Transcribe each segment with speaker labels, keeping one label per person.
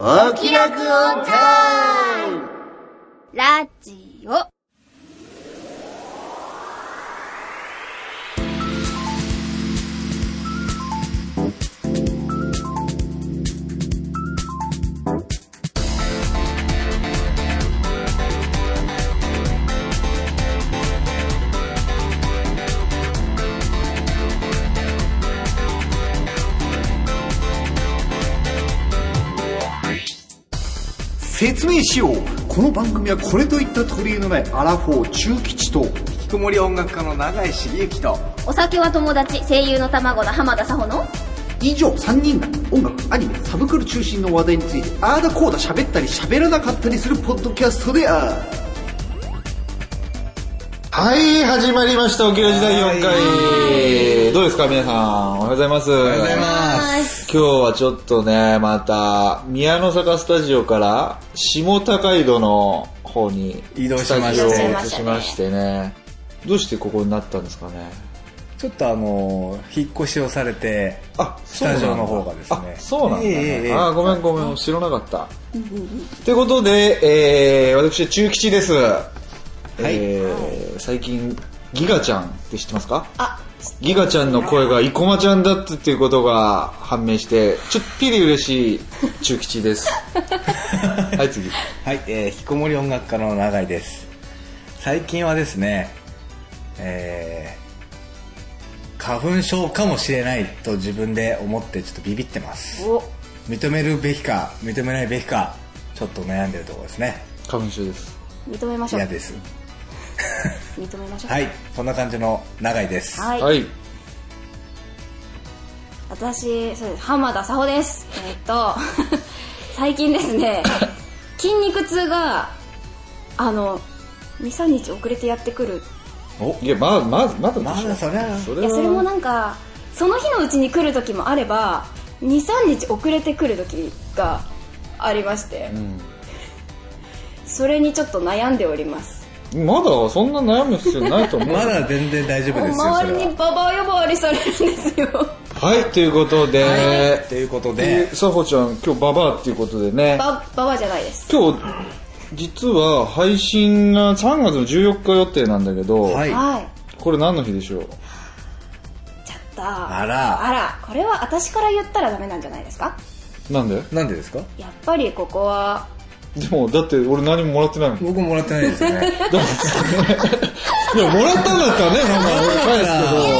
Speaker 1: お気楽オンタイム
Speaker 2: ラジオ。
Speaker 3: 説明しようこの番組はこれといった取り柄のないアラフォー中吉と
Speaker 1: 引きこもり音楽家の永井茂之と
Speaker 2: お酒は友達、声優の卵の浜田さほの。
Speaker 3: 以上3人が音楽アニメサブクル中心の話題についてああだこうだ喋ったり喋らなかったりするポッドキャストである
Speaker 4: はい、始まりました、沖縄時代4回。どうですか、皆さん。おはようございます。おはようございます。今日はちょっとね、また、宮の坂スタジオから、下高井戸の方に、
Speaker 5: 移動し
Speaker 4: ス
Speaker 5: ま
Speaker 4: タ
Speaker 5: し
Speaker 4: ジオを移
Speaker 5: て、
Speaker 4: しましてね。どうしてここになったんですかね。
Speaker 5: ちょっとあの、引っ越しをされて、
Speaker 4: あ、
Speaker 5: スタジオの方がですね
Speaker 4: あ、そうなんだ、ね
Speaker 5: ええええ
Speaker 4: あ、ごめんごめん、知らなかった。ってことで、えー、私は中吉です。えー、最近、ギガちゃんって知ってますかギガちゃんの声が生駒ちゃんだったっていうことが判明して、ちょっぴり嬉しい中吉です。はい、次。
Speaker 5: はい、えー、引きこもり音楽家の永井です。最近はですね、えー、花粉症かもしれないと自分で思ってちょっとビビってます。認めるべきか、認めないべきか、ちょっと悩んでるところですね。
Speaker 4: 花粉症です。
Speaker 2: 認めましょう
Speaker 5: 嫌。です。
Speaker 2: 認めましょう。
Speaker 5: はい、そんな感じの永井です。
Speaker 2: はい。
Speaker 4: はい。
Speaker 2: 私、そうです浜田さほです。えーっと、 最近ですね、筋肉痛が、あの、2、3日遅れてやってくる。
Speaker 5: お、
Speaker 4: いや、ま、ま、まだでしょ
Speaker 5: まだそれは、
Speaker 4: そ
Speaker 2: い
Speaker 4: れ
Speaker 2: や、それも
Speaker 4: は、
Speaker 2: なんか、その日のうちに来る時もあれば、2、3日遅れてくる時がありまして、それにちょっと悩んでおります。
Speaker 4: まだそんな悩む必要ないと思 う。
Speaker 5: まだ全然大丈夫ですよ、そ
Speaker 2: 周
Speaker 5: れ
Speaker 2: りに
Speaker 5: は。
Speaker 2: ババア呼ばわりされるんですよ
Speaker 4: はい、ということで、
Speaker 5: ということで
Speaker 4: で、、さほちゃん、今日ババアっていうことでね、
Speaker 2: バババアじゃないです
Speaker 4: 今日、実は配信が3月の14日予定なんだけど、
Speaker 5: はい。
Speaker 2: はい
Speaker 4: これ何の日でしょう
Speaker 2: ちゃった
Speaker 5: あら
Speaker 2: あらこれは私から言ったらダメなんじゃないですか
Speaker 4: なんで
Speaker 5: なんでですか
Speaker 2: やっぱりここは
Speaker 4: でも、だって俺何ももらってないもん。
Speaker 5: 僕もらってないですよね。
Speaker 4: だっていや、もらったんだったらね、まあまあ俺
Speaker 2: い
Speaker 4: 返
Speaker 2: やいやいや女の子が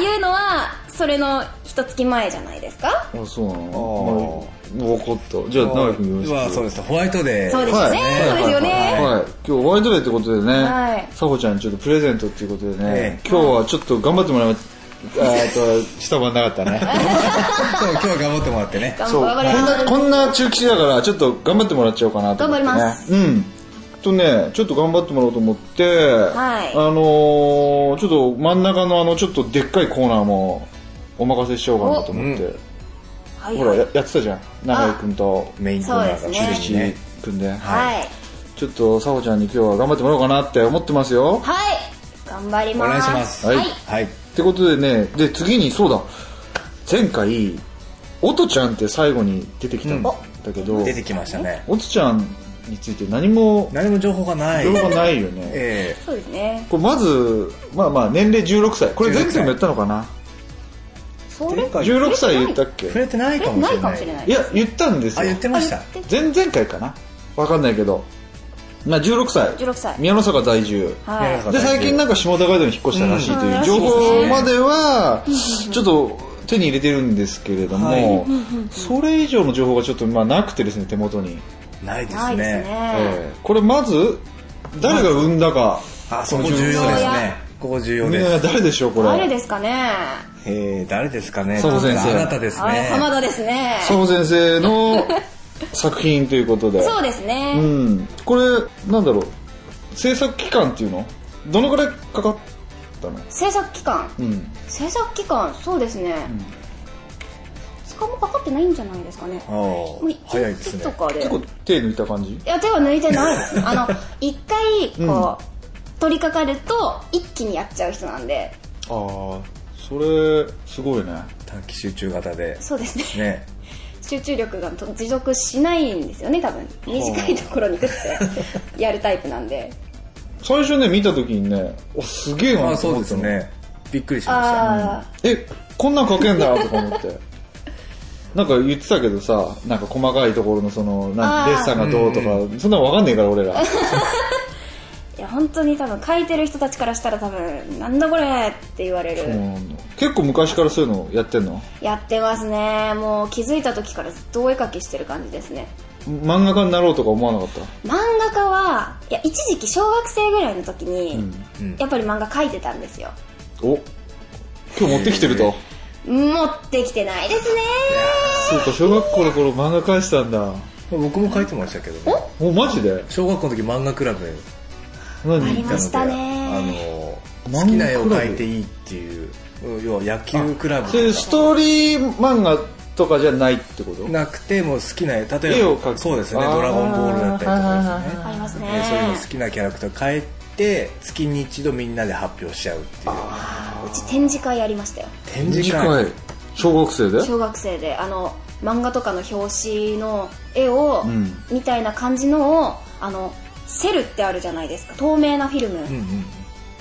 Speaker 2: 言うのはそれの一月前じゃないですか
Speaker 4: すけど。あ、そうなのまあ分かった。じゃあ、長く見まし
Speaker 5: は
Speaker 4: ょ
Speaker 5: そうです。ホワイトデー。
Speaker 2: そうですよね、
Speaker 4: は
Speaker 2: そ
Speaker 4: い
Speaker 2: うですよね、
Speaker 4: はい、今日ホワイトデーってことでね、
Speaker 2: はい
Speaker 4: さほちゃんにちょっとプレゼントっていうことでね
Speaker 5: え、
Speaker 4: 今日はちょっと頑張ってもらいます。 えっと、下晩なかった ね。
Speaker 5: そう今日は頑張ってもらってね。
Speaker 2: 頑
Speaker 4: そう、こん
Speaker 2: 張ります
Speaker 4: な、こんな中吉だから、ちょっと頑張ってもらっちゃおうかなと思って、ね。
Speaker 2: 頑張ります
Speaker 4: うん。とね、ちょっと頑張ってもらおうと思って、
Speaker 2: い
Speaker 4: あのー、ちょっと真ん中のあの、ちょっとでっかいコーナーも、お任せしようかなと思って。
Speaker 2: はい
Speaker 4: ほら、ややってたじゃん。長井くんと、
Speaker 5: メインコーナーが
Speaker 2: そうですね
Speaker 4: 中
Speaker 5: 中
Speaker 4: 吉
Speaker 5: 心ね。
Speaker 4: くんで。
Speaker 2: はいはい、
Speaker 4: ちょっと、さほちゃんに今日は頑張ってもらおうかなって思ってますよ。
Speaker 2: 頑張り
Speaker 5: お
Speaker 2: ます
Speaker 5: 願いします。
Speaker 4: はい
Speaker 5: はい。
Speaker 4: ってことでね、で、次に、そうだ、前回、おとちゃんって最後に出てきたんだけど、
Speaker 5: 出てきましたね。
Speaker 4: おつちゃんについて何も
Speaker 5: 何も情報がない。
Speaker 4: 情報がないよね。
Speaker 5: え
Speaker 2: そうですね
Speaker 4: これまず、まあまあ年齢16歳。これ前回もやったのかな
Speaker 2: それ
Speaker 5: 前回
Speaker 4: ?16 歳言ったっけ
Speaker 5: え。触れてないか
Speaker 2: え
Speaker 5: もし
Speaker 2: ない
Speaker 5: れ
Speaker 2: か
Speaker 5: な
Speaker 2: も
Speaker 5: い。
Speaker 2: しれない
Speaker 4: いや、言ったんです
Speaker 5: あ、
Speaker 4: よ
Speaker 5: 言っ。てました。
Speaker 4: 前々回かなわかんないけど。まあ16歳。
Speaker 2: 16歳
Speaker 4: 宮の坂在住。
Speaker 2: はい
Speaker 5: 宮の坂
Speaker 4: で、最近なんか下高井戸に引っ越したらしいという情報までは、ちょっと手に入れてるんですけれど
Speaker 5: はい
Speaker 4: も、それ以上の情報がちょっとまあなくてですね、手元に。
Speaker 5: ないで
Speaker 2: な
Speaker 5: す
Speaker 2: いです
Speaker 5: ね。
Speaker 2: ね。
Speaker 4: ええこれまず、誰が産んだか。
Speaker 5: あ、そこ重要ですね。ここ重要
Speaker 4: ね
Speaker 5: で
Speaker 4: え誰でしょうこれ
Speaker 2: 誰ですかね。
Speaker 5: す。えー、誰ですかね。
Speaker 4: そう先生
Speaker 5: あなたです
Speaker 2: あれ、浜
Speaker 5: ね。
Speaker 2: 田ですね。
Speaker 4: 佐保先生の 作品ということで
Speaker 2: そうです
Speaker 4: う
Speaker 2: ね。
Speaker 4: んこれなんだろう制作期間っていうのどのくらいかかったの
Speaker 2: 制作期間。
Speaker 4: うん
Speaker 2: 制作期間、そうですね。時間もかかってないんじゃないですかね。
Speaker 5: お
Speaker 2: もう
Speaker 5: ー早いです
Speaker 2: 手と
Speaker 5: ね。
Speaker 2: かで。
Speaker 4: 結構
Speaker 2: い
Speaker 4: 手抜いた感じ
Speaker 2: や、手は抜いてないですね。あの、一回、こう、取り掛かると、一気にやっちゃう人なんで。
Speaker 4: ああそれすごいね
Speaker 5: 短期集中型で。
Speaker 2: そうですね。
Speaker 5: ね。
Speaker 2: ち集中力がと持続しないんですよね多分短いところにグッてやるタイプなんで
Speaker 4: 最初ね、見た時にね、お、すげえ
Speaker 5: あ
Speaker 4: な
Speaker 5: あ
Speaker 4: と
Speaker 5: そう
Speaker 4: 思
Speaker 5: で
Speaker 4: った
Speaker 5: す
Speaker 4: の。
Speaker 5: ねびっくりしました
Speaker 2: ああ
Speaker 4: え、こんなん書けんだとか思って。なんか言ってたけどさ、なんか細かいところのその、な
Speaker 2: あ
Speaker 4: ん
Speaker 2: ー
Speaker 4: デッサンがどうとか、そんなのわかんねえから俺 ら。
Speaker 2: いや本当に多分書いてる人たちからしたら多分なんだこれって言われる、
Speaker 4: うん結構昔からそういうのやってんの
Speaker 2: やってますねもう気づいた時からずっとお絵かきしてる感じですね
Speaker 4: 漫画家になろうとか思わなかった
Speaker 2: 漫画家はいや一時期小学生ぐらいの時に、
Speaker 5: うん
Speaker 2: やっぱり漫画描いてたんですよ
Speaker 4: お今日持ってきてると。
Speaker 2: 持ってきてないですね
Speaker 4: そうか、小学校の頃漫画返したんだ。
Speaker 5: 僕も書いてましたけど
Speaker 4: お、マジで
Speaker 5: 小学校の時漫画クラブ
Speaker 4: 何
Speaker 2: ありま
Speaker 5: なので
Speaker 2: したね
Speaker 5: あの好
Speaker 4: 漫画クラブ
Speaker 5: きな絵を描いていいっていう要は野球クラブ
Speaker 4: それストーリー漫画とかじゃないってこと
Speaker 5: なくてもう好きな絵例
Speaker 4: 絵
Speaker 5: え
Speaker 4: を描
Speaker 5: ば
Speaker 4: く
Speaker 5: そうですね
Speaker 4: あー
Speaker 5: ドラゴンボールだったりとかですね
Speaker 2: ありますね
Speaker 5: えーそういうの好きなキャラクター変えて月に一度みんなで発表し合うっていう
Speaker 2: うち展示会やりましたよ
Speaker 5: 展示会
Speaker 4: 小学生で
Speaker 2: 小学生であの漫画とかの表紙の絵を、
Speaker 4: ん
Speaker 2: みたいな感じのをあのセルってあるじゃないですか透明なフィルム、
Speaker 5: うんうん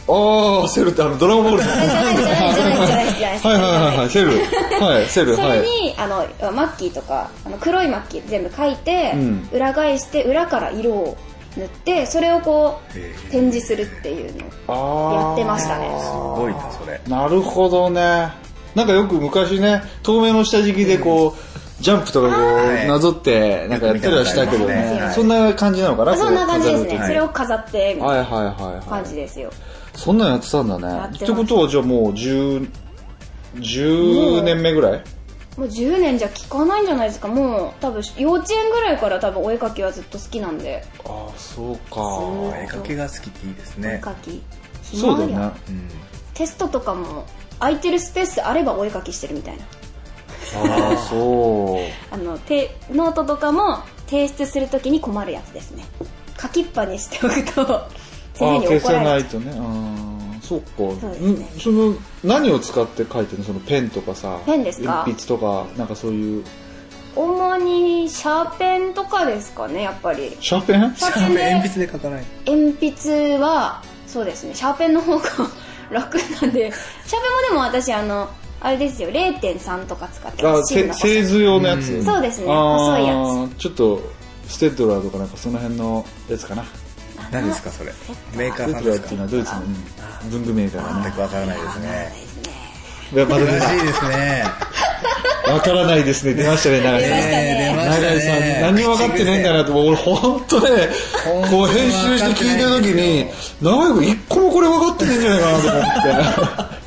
Speaker 4: ああセルってあのドラゴンボール
Speaker 2: じゃないじゃないじゃないじゃないじゃない
Speaker 4: はいはいはいはいセ ルはいセル
Speaker 2: そ
Speaker 4: は
Speaker 2: れ
Speaker 4: い
Speaker 2: に、あのマッキーとかあの黒いマッキー全部描いて、
Speaker 4: うん
Speaker 2: 裏返して裏から色を塗ってそれをこ
Speaker 5: へ
Speaker 2: う
Speaker 5: ー
Speaker 2: 展示するっていうの
Speaker 4: あ
Speaker 2: やってましたね
Speaker 5: すごいなそれ
Speaker 4: なるほどねなんかよく昔ね透明の下敷きでこうジャンプとかこ
Speaker 5: は
Speaker 4: う
Speaker 5: い
Speaker 4: なぞってなんかやったりはしたけど
Speaker 2: よく見たことあります
Speaker 4: ね
Speaker 2: ね
Speaker 4: そんな感じなのかな
Speaker 2: そんな感じです
Speaker 4: こう
Speaker 2: ね、
Speaker 4: 飾る
Speaker 2: それを飾ってみたい
Speaker 4: はい
Speaker 2: な
Speaker 4: はいはいは
Speaker 2: 感
Speaker 4: い
Speaker 2: じですよ、
Speaker 4: そんなのやってたんだ
Speaker 2: やって
Speaker 4: ね
Speaker 2: ま
Speaker 4: っ
Speaker 2: す
Speaker 4: てことはじゃあもう10 10年目ぐらい
Speaker 2: もう10年じゃ聞かないんじゃないですかもう多分幼稚園ぐらいから多分お絵描きはずっと好きなんで
Speaker 4: ああそう
Speaker 5: あ
Speaker 4: か
Speaker 5: ー絵描きが好きっていいです
Speaker 2: お絵
Speaker 5: ね
Speaker 2: 描き
Speaker 4: そう
Speaker 2: 暇
Speaker 4: だ
Speaker 2: あり
Speaker 4: ね
Speaker 2: ゃ
Speaker 5: うん
Speaker 2: テストとかも空いてるスペースあればお絵描きしてるみたいな
Speaker 4: ああそう
Speaker 2: あのてノートとかも提出するときに困るやつですね書きっぱにしておくと先生
Speaker 4: ああ
Speaker 2: に
Speaker 4: 消
Speaker 2: 怒
Speaker 4: さ
Speaker 2: ら
Speaker 4: な
Speaker 2: れ
Speaker 4: い
Speaker 2: ちゃ
Speaker 4: とねああそっか
Speaker 2: そうです
Speaker 4: ん
Speaker 2: ね
Speaker 4: その何を使って書いてるのそのペンとかさ
Speaker 2: ペンですか
Speaker 4: 鉛筆とかなんかそういう
Speaker 2: う主にシャーペンとかですかねやっぱり
Speaker 4: シャーペン
Speaker 2: シャーペン
Speaker 5: 鉛筆で描かない
Speaker 2: 鉛筆はそうですねシャーペンの方が楽なんでシャーペンもでも私あのあれですよ0.3とか使って
Speaker 4: あ
Speaker 2: ま
Speaker 4: あ
Speaker 2: す芯
Speaker 4: せ
Speaker 2: の
Speaker 4: 製図用のやつ
Speaker 5: うん
Speaker 2: そうですね細いや
Speaker 4: ああちょっとステッドラーとかなんかその辺のやつかな
Speaker 2: つ
Speaker 5: 何ですかそれメーカ
Speaker 4: ス
Speaker 5: ー
Speaker 4: テ
Speaker 5: さ
Speaker 4: ッ
Speaker 5: ん
Speaker 4: ドラ
Speaker 5: で
Speaker 4: ー
Speaker 5: すか
Speaker 4: っていうのはドイツのうん文具メーカーだね
Speaker 5: 全くわからないですね
Speaker 4: いやまだ出
Speaker 5: 難
Speaker 4: た
Speaker 5: しいですね
Speaker 4: わからないですね出ましたね長井さん
Speaker 5: ねえ出ました
Speaker 4: 長井さん
Speaker 5: ね
Speaker 4: 何も分かってないんだなと俺本当ね
Speaker 5: 本当
Speaker 4: こう
Speaker 5: は
Speaker 4: 編集して聞いてる時に長井君一個もこれ分かってないんじゃないかなと思って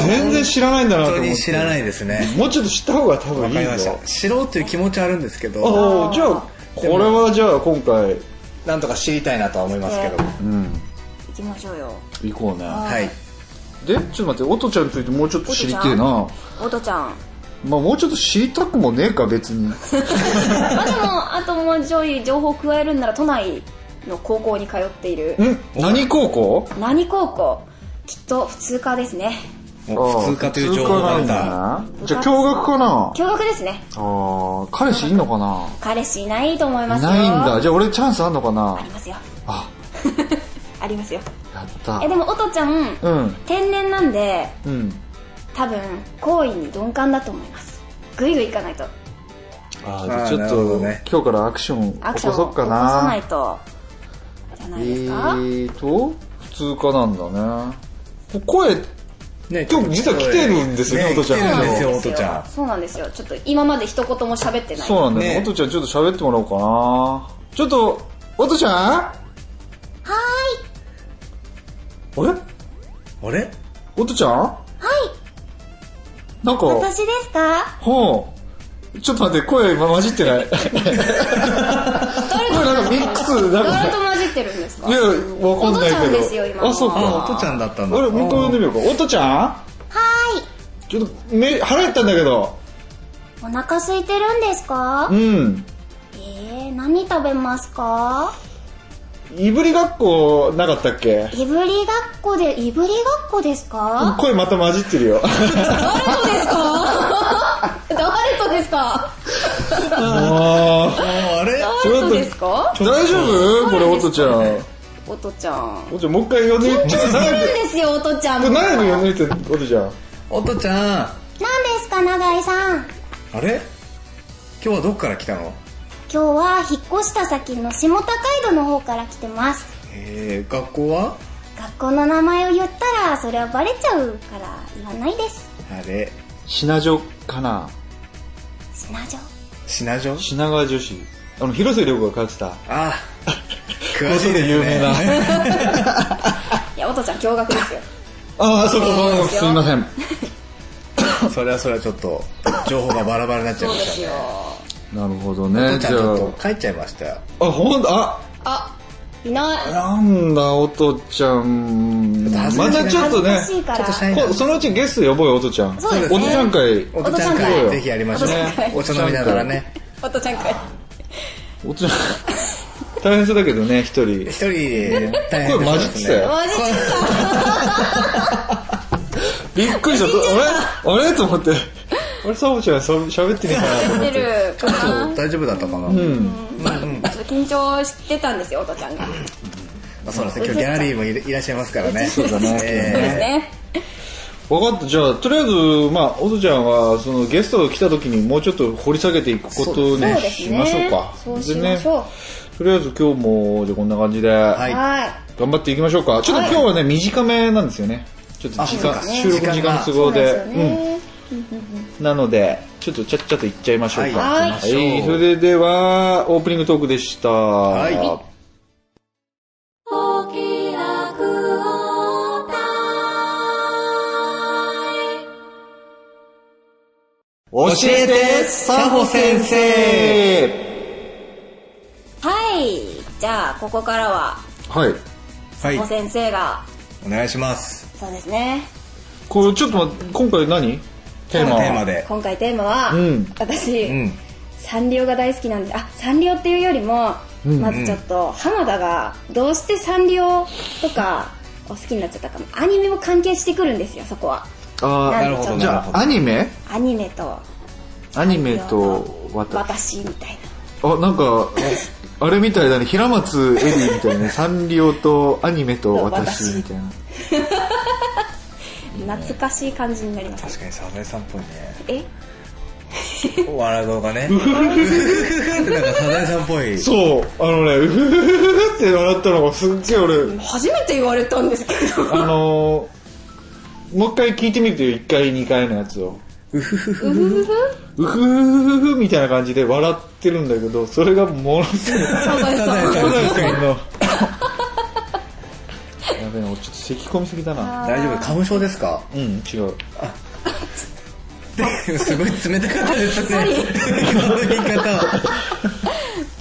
Speaker 4: 全然知らないんだなと
Speaker 5: 本
Speaker 4: 思
Speaker 5: 当
Speaker 4: って
Speaker 5: に知らないですね
Speaker 4: もうちょっと知った方が多分
Speaker 5: わ
Speaker 4: いい
Speaker 5: かりまし
Speaker 4: ぞ
Speaker 5: た知ろうという気持ちはあるんですけど
Speaker 4: ああじゃあこれはじゃあ今回
Speaker 5: なんとか知りたいなとは思いますけど
Speaker 4: うん
Speaker 2: 行きましょうよ
Speaker 4: 行こうね
Speaker 5: はい
Speaker 4: でちょっと待って音ちゃんについてもうちょっと知りてえな
Speaker 2: おとちゃん
Speaker 4: まあもうちょっと知りたくもねえか別に
Speaker 2: まあでもあともうちょい情報を加えるんなら都内の高校に通っている
Speaker 4: ん何高校
Speaker 2: 何高校きっと普通科ですね
Speaker 5: もう普通科という情報があった
Speaker 4: ああ普通科なんだねじゃあ驚愕かな
Speaker 2: 驚愕ですね
Speaker 4: ああ、彼氏いんのかな
Speaker 2: 彼氏いないと思いますよ
Speaker 4: ないんだ。じゃあ俺チャンスあんのかな
Speaker 2: ありますよ
Speaker 4: あ、
Speaker 2: ありますよ
Speaker 4: やった
Speaker 2: え。でもおとちゃん
Speaker 4: うん。
Speaker 2: 天然なんで
Speaker 4: うん。
Speaker 2: 多分行為に鈍感だと思いますぐいぐい行かないと
Speaker 5: ー
Speaker 4: あじゃあちょっ
Speaker 5: なるほ
Speaker 4: と、
Speaker 5: どね
Speaker 4: 今日からアクション起
Speaker 2: ア
Speaker 4: こ
Speaker 2: クション
Speaker 4: そ
Speaker 2: を
Speaker 4: っ
Speaker 2: 起こ
Speaker 4: か
Speaker 2: さ
Speaker 4: な
Speaker 2: ない。とじゃな
Speaker 4: え
Speaker 2: いですか、
Speaker 4: ーと、普通科なんだね。声、
Speaker 5: ね
Speaker 4: 今日実は来てるんですよね音ちゃん
Speaker 5: 来てるんですよ
Speaker 2: そうなん
Speaker 5: 音ちゃん
Speaker 2: そうなんですよちょっと今まで一言も喋ってない
Speaker 4: そうなんだよね。
Speaker 5: ね
Speaker 4: 音ちゃんちょっと喋ってもらおうかな。ちょっと、音ちゃんはーい。あれ
Speaker 5: あれ
Speaker 4: 音ちゃんはい。なんか、
Speaker 2: ですか
Speaker 4: ほう。ちょっと待って、声今混じっ てない。
Speaker 2: 誰
Speaker 4: これなんかミックスなん
Speaker 2: 誰
Speaker 4: か
Speaker 2: と混じってるんですか
Speaker 4: いやわかんな
Speaker 2: お
Speaker 4: いけど
Speaker 2: 父さんですよ今の
Speaker 4: あそうか
Speaker 5: あ音ちゃんだったんだ
Speaker 4: 俺もう一回呼んでみようかおとちゃんはーいちょっと目腹減ったんだけど
Speaker 6: お腹空いてるんですか
Speaker 4: うん
Speaker 6: えー、何食べますか
Speaker 4: いぶりがっこなかったっけ
Speaker 6: いぶりがっこで、いぶりがっこですか
Speaker 4: 声また混じってるよ
Speaker 2: 誰とですか誰とですか
Speaker 4: あ
Speaker 5: ああれ
Speaker 2: どういうことですか
Speaker 4: ー大丈夫これ、おとちゃん。
Speaker 2: おとちゃん。
Speaker 4: おとちゃん、もう一回呼んで、ちょっと長
Speaker 2: いるん
Speaker 4: く、
Speaker 2: ですよ、おとちゃん
Speaker 4: ちょっと
Speaker 2: も。
Speaker 4: 長く呼んでみて、おとちゃん。
Speaker 5: おとちゃん
Speaker 6: 何ですか、長井さん。
Speaker 5: あれ今日はどっから来たの
Speaker 6: 今日は引っ越した先の下高井戸の方から来てます。
Speaker 5: えー、学校は
Speaker 6: 学校の名前を言ったら、それはバレちゃうから言わないです。
Speaker 5: あれ
Speaker 4: 品女かな
Speaker 6: 品女。
Speaker 5: 品女
Speaker 4: 品川女子。あの、広瀬涼子が通ってた。
Speaker 5: ああ詳し
Speaker 4: こ
Speaker 5: い
Speaker 4: と
Speaker 5: です、
Speaker 4: で
Speaker 5: ね、
Speaker 4: 有名な。
Speaker 2: いや、おとちゃん驚愕ですよ。
Speaker 4: ああ、そうか、ごめんすみません。
Speaker 5: それはそれはちょっと情報がバラバラになっちゃい
Speaker 2: そ
Speaker 5: ま
Speaker 2: うです
Speaker 5: し
Speaker 2: よ。
Speaker 4: なるほど
Speaker 5: たねおと
Speaker 4: ね。
Speaker 5: ち
Speaker 4: じ
Speaker 5: ゃん
Speaker 4: ゃ
Speaker 5: ちょっと帰っちゃいましたよ
Speaker 4: あ、あ、ほんと、あ、
Speaker 2: あ、いない。
Speaker 4: なんだ、おとちゃ
Speaker 5: ちょ
Speaker 4: ん。
Speaker 5: っと
Speaker 4: ま
Speaker 5: 恥ずかしい
Speaker 4: たちょっとね
Speaker 6: 欲、しいか
Speaker 5: ちょっと。
Speaker 6: ら
Speaker 5: 社員
Speaker 4: こそのうちゲスト呼ぼうよ、おとちゃん。
Speaker 2: そうですね
Speaker 4: おとちゃん会。
Speaker 5: おとちゃん
Speaker 2: おとちゃん
Speaker 5: 会
Speaker 4: 会
Speaker 5: ぜひやりましょう
Speaker 4: おとちゃん
Speaker 5: ね
Speaker 4: 会
Speaker 5: お茶飲みながらね
Speaker 2: おとちゃんかい。
Speaker 4: おとちゃん、大変そうだけどね、一人
Speaker 5: 一。人大変
Speaker 4: これ混じってたよ。
Speaker 2: マジで
Speaker 4: びっくりした。あれあれと思って。あれ、サボちゃんそう喋ってみたなと思っ
Speaker 2: 出
Speaker 4: て。
Speaker 2: るかな。
Speaker 5: 大丈夫だったかな、
Speaker 2: ちょっと緊張してたんですよ、おとちゃんが。
Speaker 5: まあ、そうですね今日ギャラリーもいらいらっしゃいますからねそうだ
Speaker 4: ね
Speaker 2: そうですね。
Speaker 4: 分かった。じゃあ、とりあえず、まあ、おとちゃんは、そのゲストが来た時にもうちょっと掘り下げていくこと
Speaker 2: そうで
Speaker 4: に
Speaker 2: す
Speaker 4: し
Speaker 2: ね。
Speaker 4: ましょうか。
Speaker 2: そうしましょう。
Speaker 4: とりあえず今日も、じゃあこんな感じで、
Speaker 5: はい
Speaker 2: はい。
Speaker 4: 頑張っていきましょうか。ちょっと今日はね、短めなんですよね。ちょっと時
Speaker 5: あ
Speaker 4: 間、
Speaker 5: そうか
Speaker 4: 収録時
Speaker 5: 時間
Speaker 4: 間
Speaker 5: が
Speaker 4: 都合で。
Speaker 2: そうですよね。
Speaker 4: うん。なので、ちょっとちゃっちゃといっちゃいましょうか。
Speaker 5: はい
Speaker 4: は
Speaker 5: はい
Speaker 4: い。それでは、オープニングトークでした。はい教えて、サホ先生
Speaker 2: はい。じゃあ、ここからは、
Speaker 4: はい。
Speaker 5: はい
Speaker 2: お先生が、
Speaker 5: お願いします
Speaker 2: そうですね。
Speaker 4: これちょっと待って、今回何テーマ。
Speaker 5: テーマで
Speaker 2: 今回テーマは、
Speaker 4: うん
Speaker 2: 私、
Speaker 5: うん
Speaker 2: サンリオが大好きなんですあサンリオっていうよりも、まずちょっと浜田がどうしてサンリオとかを好きになっちゃったかもアニメも関係してくるんですよそこは
Speaker 4: あー
Speaker 2: なるほど
Speaker 4: ちょっと
Speaker 2: な
Speaker 4: じ
Speaker 2: る
Speaker 4: ゃ
Speaker 5: ほど
Speaker 4: あ、アニメ
Speaker 2: アニメと
Speaker 4: アニメと
Speaker 2: 私
Speaker 4: 私。
Speaker 2: みたい
Speaker 4: あ、なんか、あれみたいだね。平松エリーみたいなね。サンリオとアニメと私みたい
Speaker 2: な
Speaker 4: な。
Speaker 2: 懐かしい感じになります
Speaker 5: 確かにサザエさんっぽいね
Speaker 2: え
Speaker 5: 笑う動画ねうふふふってなんかサザエさんっぽい
Speaker 4: そう、あのね、う ふふふふって笑ったのがすっげえ俺、
Speaker 2: 初めて言われたんですけど
Speaker 4: あのー、もう一回聞いてみるとよ、一回、二回のやつを。
Speaker 2: うふふふ
Speaker 4: うふふふふみたいな感じで笑ってるんだけど、それがものすごい、
Speaker 2: サザエさ
Speaker 5: サ
Speaker 2: ん
Speaker 5: ザエ
Speaker 4: 小
Speaker 5: さん
Speaker 4: 田君 の。やべえな、俺ちょっと咳込みすぎだ な。
Speaker 5: 大丈夫花粉症ですか
Speaker 4: うん、違う。
Speaker 5: って すごい冷たかったですねこの言い方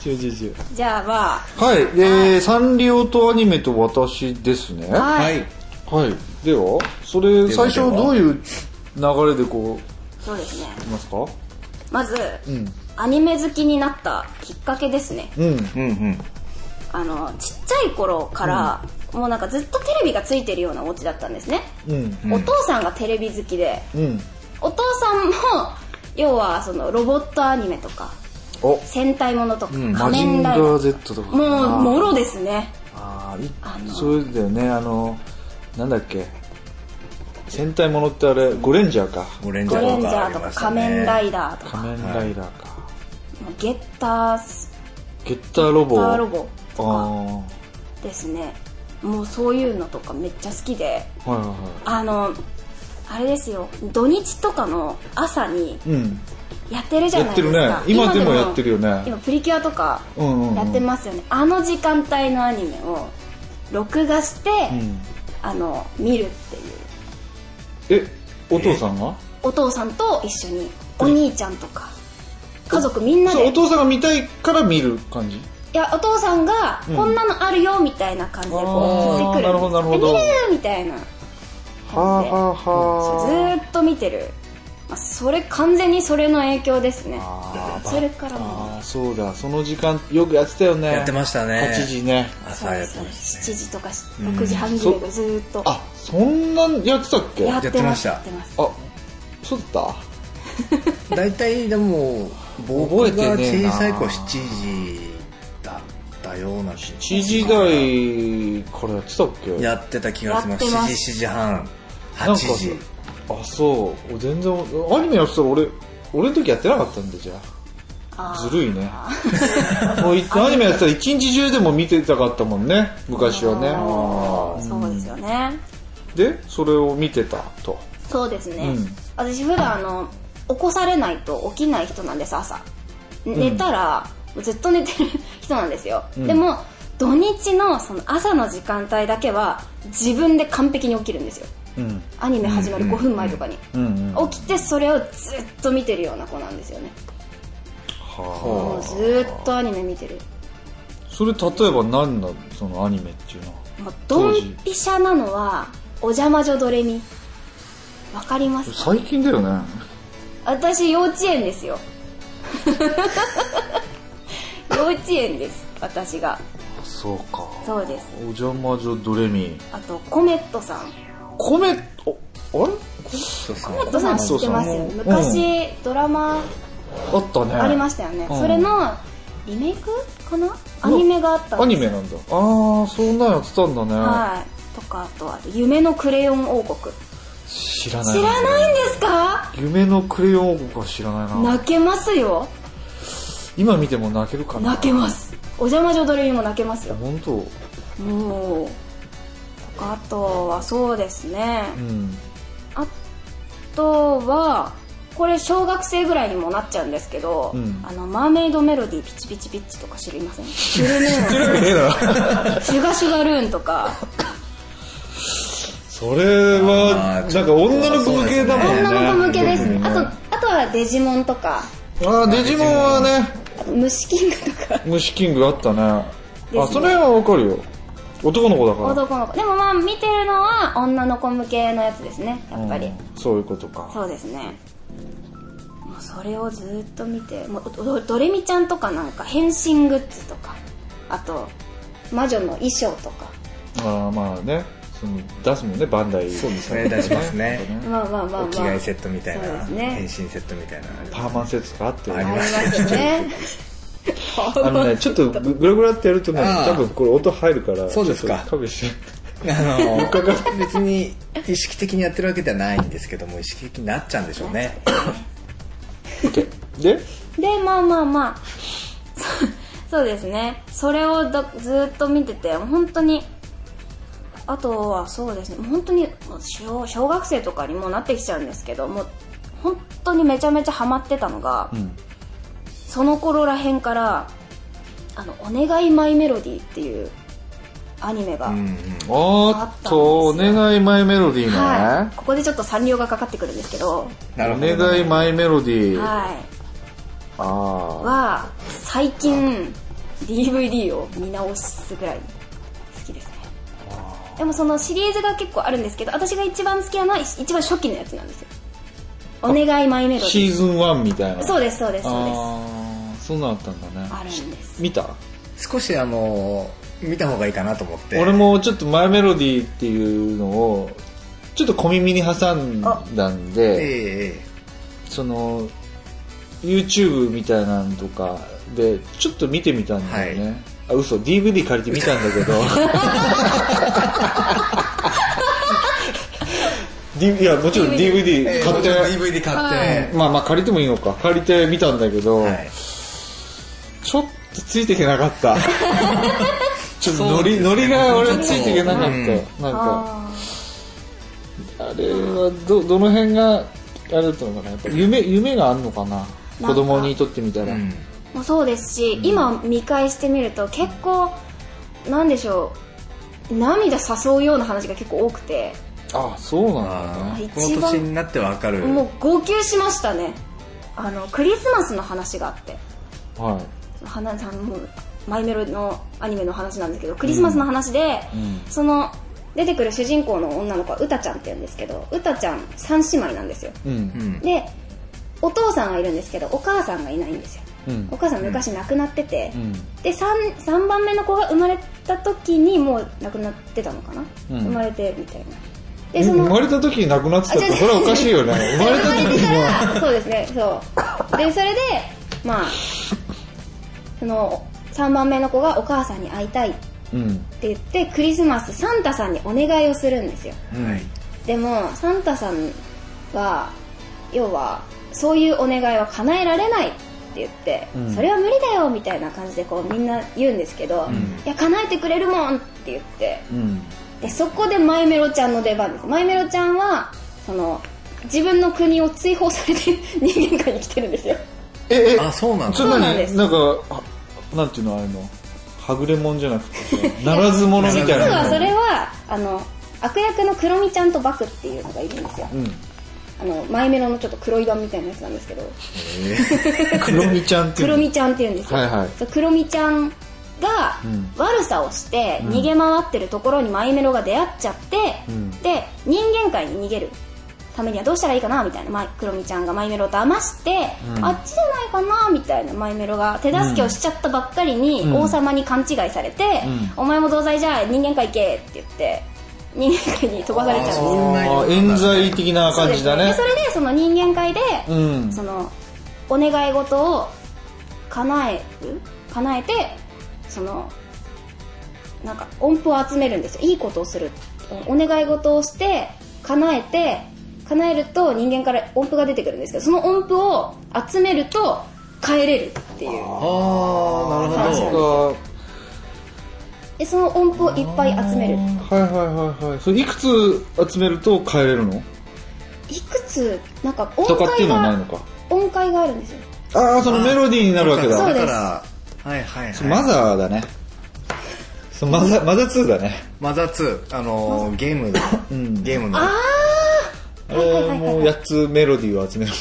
Speaker 4: 違う違う違う。
Speaker 2: じゃあま
Speaker 4: はい、で、サンリオとアニメと私ですね。
Speaker 2: あはい、
Speaker 5: はい
Speaker 4: はい。では、そ
Speaker 5: で
Speaker 4: れ、
Speaker 5: は
Speaker 4: 最初どういう流れでこう、
Speaker 2: そうですね
Speaker 4: いますか
Speaker 2: まず、
Speaker 4: ん
Speaker 2: アニメ好きになったきっかけですね
Speaker 4: うん。
Speaker 5: うんうん
Speaker 2: あのちっちゃい頃から、もうなんかずっとテレビがついてるようなお家だったんですね、
Speaker 4: うん。
Speaker 2: お父さんがテレビ好きで
Speaker 4: うん。
Speaker 2: お父さんも要はそのロボットアニメとか
Speaker 4: お
Speaker 2: 戦隊ものとか、
Speaker 5: うん
Speaker 4: マ
Speaker 2: 仮
Speaker 4: ジン
Speaker 2: 面
Speaker 4: ガ
Speaker 2: ライダ
Speaker 4: ー
Speaker 2: ー
Speaker 4: Z とかかな
Speaker 2: もうもろですね
Speaker 4: あーい
Speaker 2: あの
Speaker 4: そうだよねあのなんだっけ戦隊ものってあれゴレンジャーか
Speaker 5: ゴレンジ
Speaker 2: ゴ
Speaker 5: ャー
Speaker 2: レ
Speaker 5: と
Speaker 2: ンジ
Speaker 5: かあ
Speaker 2: ャー
Speaker 5: り
Speaker 2: と
Speaker 5: ま
Speaker 2: か
Speaker 5: した
Speaker 2: 仮
Speaker 5: ね
Speaker 2: 面ライダーとか
Speaker 4: 仮面ライダーか、
Speaker 2: ゲッタース
Speaker 4: ゲッターロボ
Speaker 2: ターロボとか
Speaker 4: あ
Speaker 2: ですねもうそういうのとかめっちゃ好きで
Speaker 4: あはいは
Speaker 2: あのあれですよ土日とかの朝に
Speaker 4: いはいうん
Speaker 2: やってるじゃ
Speaker 4: や
Speaker 2: な
Speaker 4: っ
Speaker 2: い
Speaker 4: て
Speaker 2: で
Speaker 4: る
Speaker 2: す
Speaker 4: ね
Speaker 2: か
Speaker 4: 今でもやってるよね
Speaker 2: 今プリキュアとか
Speaker 4: うんうんうん
Speaker 2: やってますよね、あの時間帯のアニメを録画して、
Speaker 4: うん
Speaker 2: あの見るっていう
Speaker 4: えお父さんが
Speaker 2: お父さんと一緒にお兄ちゃんとか家族みんな
Speaker 4: そ
Speaker 2: で
Speaker 4: うお
Speaker 2: い
Speaker 4: 父さんが見たいから見る感じ
Speaker 2: やお父さんが
Speaker 4: うん
Speaker 2: こんなのあるよみたいな感じで
Speaker 4: あ
Speaker 2: こ
Speaker 4: ー
Speaker 2: う聞いてくるん
Speaker 4: なるほどなるほ
Speaker 2: で
Speaker 4: ど
Speaker 2: すよえ見れるみたいな
Speaker 4: はあ
Speaker 2: 感じで
Speaker 4: はあ
Speaker 2: そうず
Speaker 4: は
Speaker 2: ーっと見てる、まあ、それ完全にそれの影響ですね
Speaker 4: あー
Speaker 2: それからも
Speaker 4: ああそうだその時間よくやってたよね
Speaker 5: やってましたね
Speaker 4: 8時ね
Speaker 2: そう
Speaker 5: 朝
Speaker 2: で
Speaker 5: やっ
Speaker 2: す
Speaker 5: て
Speaker 2: そう
Speaker 5: ま
Speaker 2: で
Speaker 5: し
Speaker 2: す7時とか6時半ぐらいからずーっと
Speaker 4: あそんなんやってたっけ
Speaker 2: や
Speaker 4: あ
Speaker 2: ってます
Speaker 5: や
Speaker 2: や
Speaker 5: っ
Speaker 2: っててます
Speaker 4: そうだった
Speaker 5: た大体でも僕
Speaker 4: 覚えて
Speaker 5: が
Speaker 4: ねえな
Speaker 5: 小さい頃7時だったような7
Speaker 4: 7時台からやってたっけ
Speaker 5: やってた気がします
Speaker 2: やってます
Speaker 5: 7時7時半
Speaker 4: なんか
Speaker 5: 8時
Speaker 4: あそう俺全然アニメやってたら俺俺の時やってなかったんでじゃあずるいねもういアニメやってたら一日中でも見てたかったもんね昔はね
Speaker 2: そうですよね
Speaker 4: でそれを見てたと
Speaker 2: そうですね、
Speaker 4: うん
Speaker 2: 私普段あの起こされないと起きない人なんです朝寝たら、ずっと寝てる人なんですよ、
Speaker 4: うん
Speaker 2: でも土日のその朝の時間帯だけは自分で完璧に起きるんですよ
Speaker 4: うん
Speaker 2: アニメ始まる5分前とかに、
Speaker 4: うんうん
Speaker 2: 起きてそれをずっと見てるような子なんですよねもうずーっとアニメ見てる、
Speaker 4: それ例えば何なのそのアニメっていうのは
Speaker 2: まあ、ド
Speaker 4: 当時
Speaker 2: ンピシャなのはお邪魔女ドレミわかります
Speaker 4: 最近だよね
Speaker 2: 私幼稚園ですよ幼稚園です私が
Speaker 4: そうか
Speaker 2: そうです
Speaker 4: お邪魔女ドレミ
Speaker 2: あとコメットさん
Speaker 4: コメおあれ
Speaker 2: コメットさん知ってますよね
Speaker 4: コメットさん
Speaker 2: 昔、ドラマ
Speaker 4: あったね
Speaker 2: ありましたよね、
Speaker 4: うん
Speaker 2: それのリメイクかなアニメがあった
Speaker 4: ア
Speaker 2: んで
Speaker 4: ニ
Speaker 2: す
Speaker 4: メなんだああそんなんやってたんだね、
Speaker 2: はいとかあとは「夢のクレヨン王国」
Speaker 4: 知らない
Speaker 2: 知らないんですか
Speaker 4: 夢のクレヨン王国は知らないな
Speaker 2: 泣けますよ
Speaker 4: 今見ても泣けるかな
Speaker 2: 泣けますお邪魔女ドレミも泣けますよ
Speaker 4: 本当
Speaker 2: もうとかあとはそうですね
Speaker 4: うん
Speaker 2: あとはこれ小学生ぐらいにもなっちゃうんですけど、
Speaker 4: うん
Speaker 2: あのマーメイドメロディーピチピチピッチとか知りませんシュルメ
Speaker 4: 知ってるわけねえだろ
Speaker 2: ロシュガシュガルーンとか
Speaker 4: それ
Speaker 5: あ
Speaker 4: は
Speaker 5: ーち
Speaker 4: な
Speaker 5: ょっ
Speaker 4: んか
Speaker 5: と
Speaker 4: 女の子向けだもんね
Speaker 2: 女の子向けです、
Speaker 4: ね
Speaker 2: あとあとはデジモンとか
Speaker 4: ああデジモンはね
Speaker 2: あと虫キングとか
Speaker 4: 虫キングあったね
Speaker 2: ですね
Speaker 4: あそれはわかるよ男の子だから
Speaker 2: 男の子でもまあ見てるのは女の子向けのやつですねやっぱり、
Speaker 4: うんそういうことか
Speaker 2: そうですねもうそれをずっと見てもうドドレミちゃんとかなんか変身グッズとかあと魔女の衣装とか
Speaker 4: ああまあねその出すもんねバンダイそうです
Speaker 5: ね出しますね
Speaker 2: まあまあまあまあ
Speaker 5: お着替えセットみたい
Speaker 2: そうで
Speaker 5: な
Speaker 2: す
Speaker 5: 変身
Speaker 2: ね
Speaker 5: セットみたいな
Speaker 4: パーマンセットとかあって
Speaker 5: あり
Speaker 2: あり
Speaker 5: ま
Speaker 2: ますね
Speaker 4: あのね、ちょっとぐぐらぐらってやるとね、
Speaker 5: ああ
Speaker 4: 多分これ音入るから、
Speaker 5: そうですか
Speaker 4: ちょっと勘弁して
Speaker 5: あの別に意識的にやってるわけではないんですけども意識的になっちゃうんでしょうね
Speaker 4: で、
Speaker 2: でまあまあまあ そうそうですねそれをどずーっと見ててもう本当にあとはそうですねもう本当にもう小小学生とかにもうなってきちゃうんですけどもう本当にめちゃめちゃハマってたのが、その頃らへんから「あのお願いマイメロディー」っていうアニメが、
Speaker 4: おーっと、
Speaker 2: あ
Speaker 4: お
Speaker 2: ったんですよ
Speaker 4: 願いマイメロディーね。
Speaker 2: はい、ここでちょっとサンリオがかかってくるんですけど、
Speaker 5: なるほど
Speaker 4: お願いマイメロディー。
Speaker 2: はい、
Speaker 4: あ
Speaker 2: は最近 DVD を見直すぐらい好きですねでもそのシリーズが結構あるんですけど私が一番好きなのは一番初期のやつなんですよ「お願いマイメ
Speaker 4: あ。
Speaker 2: ロデ
Speaker 4: シ
Speaker 2: ィ
Speaker 4: ーズン1みたい
Speaker 2: ー」
Speaker 4: な。
Speaker 2: そう
Speaker 4: う
Speaker 2: ですそうですそうです
Speaker 4: ああ、そんなんあったんだね。
Speaker 2: あるんです
Speaker 4: 見た
Speaker 5: 少しあの見た方がいいかなと思って
Speaker 4: 俺もちょっとマイメロディーっていうのを、ちょっと小耳に挟んだん
Speaker 5: ええ
Speaker 4: で、
Speaker 5: ええ
Speaker 4: その、YouTube みたいなのとかで、ちょっと見てみたんだよね。
Speaker 5: は
Speaker 4: あ、嘘、DVD 借りて見たんだけど。D- いや、もちろん DVD 買って、
Speaker 5: DVD 買って、
Speaker 4: まあまあ借りてもいいのか。借りてみたんだけど、
Speaker 5: はい、
Speaker 4: ちょっとついていけなかった。ちょっとノリ、ノリが俺はついていけなかった。
Speaker 5: うん
Speaker 4: なんか、
Speaker 2: あー
Speaker 4: あれはど、どの辺が、あれだったのかな。やっぱ夢、夢があるのかな。子供にとってみたら。
Speaker 5: うん
Speaker 2: もうそうですし、今見返してみると結構なんでしょう涙誘うような話が結構多くて
Speaker 4: あそうなんだね
Speaker 5: あー
Speaker 2: 一
Speaker 5: こ
Speaker 2: 番
Speaker 5: の年になってわかる
Speaker 2: もう号泣しましたねあのクリスマスの話があって
Speaker 4: はい
Speaker 2: 花さんもうマイメロのアニメの話なんですけどクリスマスの話で、
Speaker 4: ん
Speaker 2: その出てくる主人公の女の子はうたちゃんって言うんですけどうたちゃん3姉妹なんですよ
Speaker 4: うん
Speaker 2: でお父さんがいるんですけどお母さんがいないんですよ
Speaker 4: うん
Speaker 2: お母さん昔亡くなってて、
Speaker 4: うん
Speaker 2: で 3, 3番目の子が生まれた時にもう亡くなってたのかな、
Speaker 4: うん
Speaker 2: 生まれてみたいなで
Speaker 4: 生まれた時に亡くなってたって
Speaker 2: あ違う
Speaker 4: それはおかしいよね生まれ
Speaker 2: 生
Speaker 4: た時
Speaker 2: まれて
Speaker 4: に
Speaker 2: か
Speaker 4: は
Speaker 2: らそうですねそうでそれでまあその3番目の子がお母さんに会いたいって
Speaker 4: うん。
Speaker 2: 言ってクリスマスサンタさんにお願いをするんですよ
Speaker 5: はい。
Speaker 2: でもサンタさんは要はそういうお願いは叶えられないって言って、
Speaker 4: うん
Speaker 2: それは無理だよみたいな感じでこうみんな言うんですけど、いや叶えてくれるもんって言って
Speaker 4: うん。
Speaker 2: でそこでマイメロちゃんの出番ですマイメロちゃんはその自分の国を追放されて人間界に来てるんですよ
Speaker 4: え、え、
Speaker 5: あ、そうなんだ
Speaker 4: そ。れ
Speaker 2: そうなんで
Speaker 4: 何
Speaker 2: す
Speaker 4: なんか、はなんていうのあれの、はぐれもんじゃなくて、 ならず者みたい
Speaker 2: 実
Speaker 4: な。
Speaker 2: はそれはあの悪役のクロミちゃんとバクっていうのがいるんですよ
Speaker 4: うん。
Speaker 2: あのマイメロのちょっと黒い版みたいなやつなんですけど
Speaker 4: クロミちゃんって
Speaker 2: ク
Speaker 4: いう
Speaker 2: ロ
Speaker 4: の。
Speaker 2: ミちゃんっていうんですよ、
Speaker 4: はいはい
Speaker 2: そうクロミちゃんが
Speaker 4: うん
Speaker 2: 悪さをして逃げ回ってるところにマイメロが出会っちゃって、
Speaker 4: うん
Speaker 2: で人間界に逃げるためにはどうしたらいいかなみたいな、まあ、クロミちゃんがマイメロを騙して、
Speaker 4: うん
Speaker 2: あっちじゃないかなみたいなマイメロが手助けをしちゃったばっかりに、
Speaker 4: うん
Speaker 2: 王様に勘違いされて、
Speaker 4: う
Speaker 2: お前も同罪じゃ人間界行けって言って人間界に飛ばされちゃうんですよ
Speaker 4: ああ、冤罪的な
Speaker 2: そう
Speaker 4: 感
Speaker 2: で
Speaker 4: じ
Speaker 2: す
Speaker 4: だ
Speaker 2: で
Speaker 4: ね
Speaker 2: そ。れでその人間界で、
Speaker 4: うん。
Speaker 2: そのお願い事を叶える叶えてそのなんか音符を集めるんですよいいことをするお願い事をして叶えて叶えると人間から音符が出てくるんですけどその音符を集めると帰れるっていう
Speaker 5: ああ、なる
Speaker 2: そ
Speaker 5: ほ
Speaker 2: う
Speaker 5: ど。
Speaker 4: は
Speaker 2: でその音符をいっぱい集める
Speaker 4: いはいはいはい。それいくつ集めると帰れるの
Speaker 2: いくつなんか
Speaker 4: と
Speaker 2: 音
Speaker 4: かって
Speaker 2: 階
Speaker 4: いうのはないの
Speaker 2: が
Speaker 4: か。
Speaker 2: 音階があるんですよ
Speaker 4: ああ、そのメロディーになるわけだ。
Speaker 2: そうです
Speaker 5: から、はいはいはい。
Speaker 4: マザーだね。そうマザー、マザー2だね。
Speaker 5: マザー2、あのー、ゲームの、
Speaker 4: ん
Speaker 5: ゲームの。
Speaker 4: あれもう8つメロディーを集めると。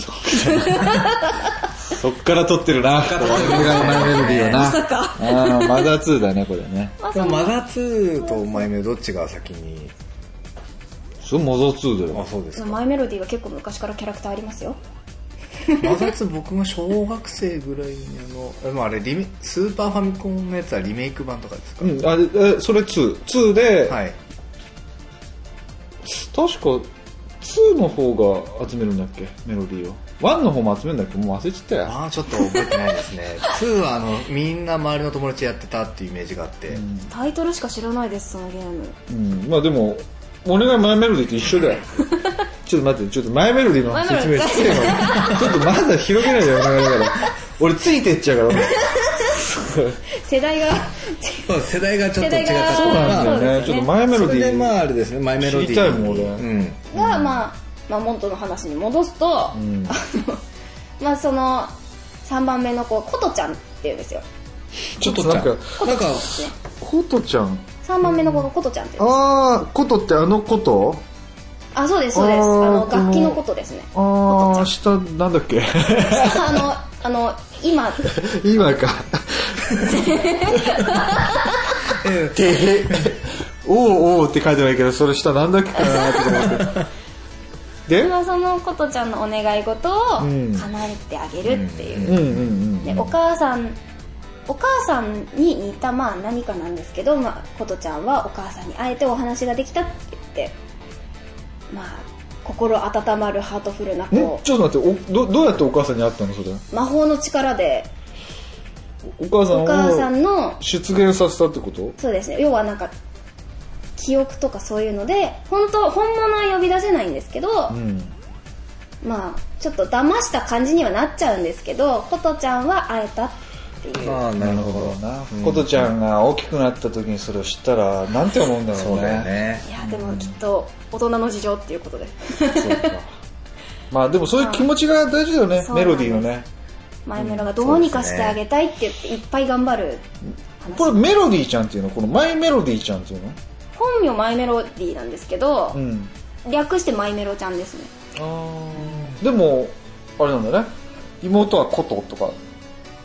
Speaker 4: そっから撮ってるな。これがマイメロディーよな。あーマザー2だね、これね。
Speaker 5: でもマザー2とマイメロどっちが先に、
Speaker 4: そう、マザー2だ
Speaker 5: あ、
Speaker 4: よ。
Speaker 5: そうですか。
Speaker 2: マイメロディーが結構昔からキャラクターありますよ
Speaker 5: マザー2僕が小学生ぐらいにあの、でもあれリメ、スーパーファミコンのやつはリメイク版とかですか
Speaker 4: うん、あれ、えそれ2。2で、
Speaker 5: はい。
Speaker 4: 確か2の方が集めるんだっけ、メロディーを。1の方も集めるんだっけ、もう忘れちゃったよ。
Speaker 5: ああ、ちょっと覚えてないです ね。2はあの、みんな周りの友達やってたっていうイメージがあって。
Speaker 2: タイトルしか知らないですそのゲーム
Speaker 4: うん、まあでも、お願いマイメロディーと一緒 だよ。ちょっと待って、ちょっとマイメロディーの説明してよ。ちょっとまだ広げないでお願いだから。俺ついてっちゃ うから。
Speaker 2: 世代が
Speaker 5: そう世代がちょっと違ったから
Speaker 2: 世代が
Speaker 4: そうなんだよね。
Speaker 2: そうで
Speaker 4: ち
Speaker 2: すね
Speaker 4: ょっとマイメロ
Speaker 5: そ
Speaker 4: ディ
Speaker 5: れで
Speaker 4: ー。
Speaker 5: まああれですね、マイメロディー。
Speaker 4: 知りたいもん俺
Speaker 5: うん。
Speaker 2: が、まあ、まあモントの話に戻すと、
Speaker 4: ん
Speaker 2: あのまあその3番目の子コトちゃんっていうんですよ
Speaker 4: ちょっとなんか、
Speaker 5: なんか、
Speaker 4: コトちゃん。
Speaker 2: 3番目の子がコトちゃんっていうんです
Speaker 4: あー、コトってあのコト
Speaker 2: あそうですそうです
Speaker 4: あ
Speaker 2: あ
Speaker 4: ー
Speaker 2: の
Speaker 4: この
Speaker 2: 楽器のことですね
Speaker 4: あー、下、なんだっけ
Speaker 2: あのあの今
Speaker 4: 今 か。てへ。おうおうって書いてないけど、それ下なんだっけかなって思って。で
Speaker 2: 今そのコトちゃんのお願い事を
Speaker 4: うん
Speaker 2: 叶えてあげるっていう、
Speaker 4: うんうん
Speaker 2: でお母さんお母さんに似たまあ何かなんですけど、まあ、琴ちゃんはお母さんに会えてお話ができたって言ってまあ心温まるハートフルな
Speaker 4: うん。
Speaker 2: 子
Speaker 4: ん
Speaker 2: を
Speaker 4: ちょっと待って、おどどうやってお母さんに会ったのそれ。
Speaker 2: 魔法の力で
Speaker 4: お母さん
Speaker 2: お母さ
Speaker 4: を
Speaker 2: んの
Speaker 4: 出現させたってこと
Speaker 2: そうですね要はなんか記憶とかそういうので本当本物は呼び出せないんですけど、
Speaker 4: うん。
Speaker 2: まあちょっと騙した感じにはなっちゃうんですけど琴ちゃんは会えたっていう
Speaker 5: ああ、なるほど。
Speaker 4: な。ことちゃんが大きくなった時にそれを知ったら、なんて思うんだろ
Speaker 5: そう
Speaker 4: う
Speaker 5: だよ
Speaker 4: ね。
Speaker 5: ね。
Speaker 2: いやでもきっと大人の事情っていうことで
Speaker 4: まあでもそういう気持ちが大事だよね
Speaker 2: そ、うなん
Speaker 4: メ
Speaker 2: で
Speaker 4: ロ
Speaker 2: す
Speaker 4: ディーのね。
Speaker 2: マイメロがどうにかしてあげたいって言っていっぱい頑張る話
Speaker 4: これメロディーちゃんっていうのこのマイメロディーちゃんっていうの
Speaker 2: 本名マイメロディーなんですけど、
Speaker 4: うん。
Speaker 2: 略してマイメロちゃんですね
Speaker 4: でも、あれなんだね。妹はコトとか。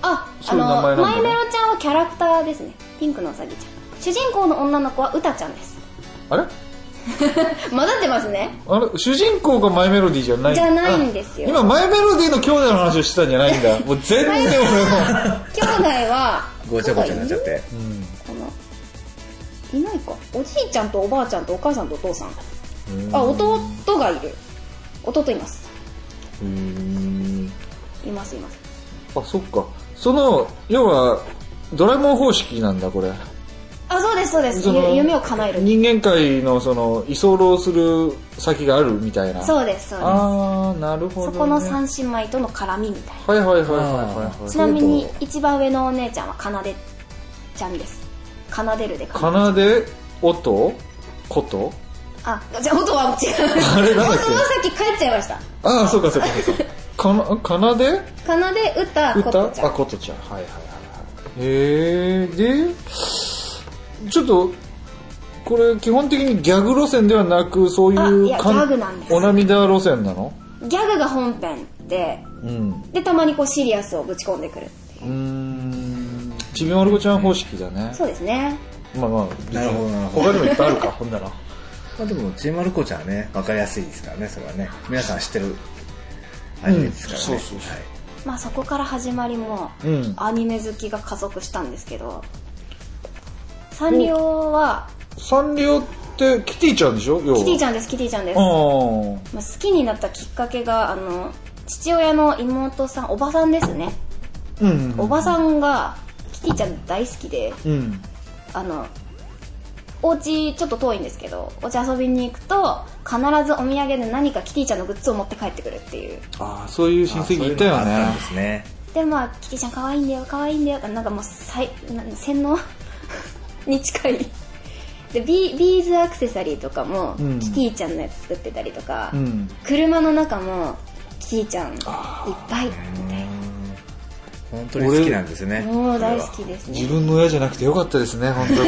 Speaker 2: ああ
Speaker 4: そういう
Speaker 2: の
Speaker 4: 名前なんだね
Speaker 2: マイメロちゃんはキャラクターですねピンクのうさぎちゃん主人公の女の子は歌ちゃんです
Speaker 4: あれ
Speaker 2: 混ざってますね
Speaker 4: あれ主人公がマイメロディーじゃない
Speaker 2: じゃないんですよ
Speaker 4: あ今マイメロディーの兄弟の話をしてたんじゃない んだ。もう全然俺も。
Speaker 2: 兄弟は
Speaker 5: ごちゃごちゃになっちゃって。
Speaker 2: このいないかおじいちゃんとおばあちゃんとお母さんとお父さんあ弟がいる弟いますいますいます
Speaker 4: あ、そっか。その、要は、ドラえもん方式なんだ、これ。
Speaker 2: あそうですそうです
Speaker 4: その
Speaker 2: ゆ夢を叶える
Speaker 4: 人間界の、その、居候する先があるみたいな。
Speaker 2: そうですそうです
Speaker 4: あー、なるほど、
Speaker 2: そ
Speaker 4: ね。
Speaker 2: この三姉妹との絡みみたい
Speaker 4: はいはいはいはいはい、は。
Speaker 2: ないちなみに一番上のお姉ちゃんはかなでちゃんですかなでるでか
Speaker 4: かなで、音こと
Speaker 2: あじゃあ音は違う
Speaker 4: あれなん
Speaker 2: 音
Speaker 4: だっ
Speaker 2: は
Speaker 4: け
Speaker 2: さっき帰っちゃいました
Speaker 4: ああ、そうかそうかそうか。かな、かなで
Speaker 2: かなで歌こ
Speaker 4: 歌
Speaker 2: とちゃ
Speaker 4: あ、
Speaker 2: ん
Speaker 4: ことちゃん。はいはいはいはい。へえー、で、ちょっと、これ基本的にギャグ路線ではなく、そうい
Speaker 2: あ
Speaker 4: う
Speaker 2: いや
Speaker 4: かん
Speaker 2: ギャグなんです
Speaker 4: お涙路線なの
Speaker 2: ギャグが本編で
Speaker 4: うん。
Speaker 2: でたまにこうシリアスをぶち込んでくるっていう
Speaker 4: うーん。ちびまる子ちゃん方式だね。
Speaker 2: そうですね
Speaker 4: まあまあ、
Speaker 5: なるほどなるほ
Speaker 4: 他にもいっぱいあるか、ほんなら。
Speaker 5: まあでも、ちーまる子ちゃんはね、わかりやすいですからね、それはね。皆さん知ってるアニメですからね。
Speaker 4: うんそうそうそう
Speaker 5: はい
Speaker 2: まあそこから始まりも、
Speaker 4: うん
Speaker 2: アニメ好きが加速したんですけどサンリオは
Speaker 4: サンリオってキティちゃんでしょキ
Speaker 2: キティち
Speaker 4: ゃん。
Speaker 2: ゃんですキティちゃんです、
Speaker 4: ああ。
Speaker 2: まあ、好きになったきっかけがあの父親の妹さんおばさんですね、
Speaker 4: うん。
Speaker 2: おばさんがキティちゃん大好きで
Speaker 4: うん。
Speaker 2: あのお家ちょっと遠いんですけどお家遊びに行くと必ずお土産で何かキティちゃんのグッズを持って帰ってくるっていう
Speaker 4: ああ、そういう親戚いたよ
Speaker 5: あそううのがあった
Speaker 4: ね
Speaker 5: んで。すね。
Speaker 2: でまあキティちゃん可愛いんだよ可愛いんだよなんかもうさいな洗脳 に近いでビービーズアクセサリーとかも、
Speaker 4: うん
Speaker 2: キティちゃんのやつ作ってたりとか、
Speaker 4: うん。
Speaker 2: 車の中もキティちゃんいっぱいみたい
Speaker 5: 本当に好きなんですね。
Speaker 2: なもう大好きです
Speaker 4: 自
Speaker 2: ね
Speaker 4: 分の親じゃなくてよかったですね、本当に。
Speaker 2: で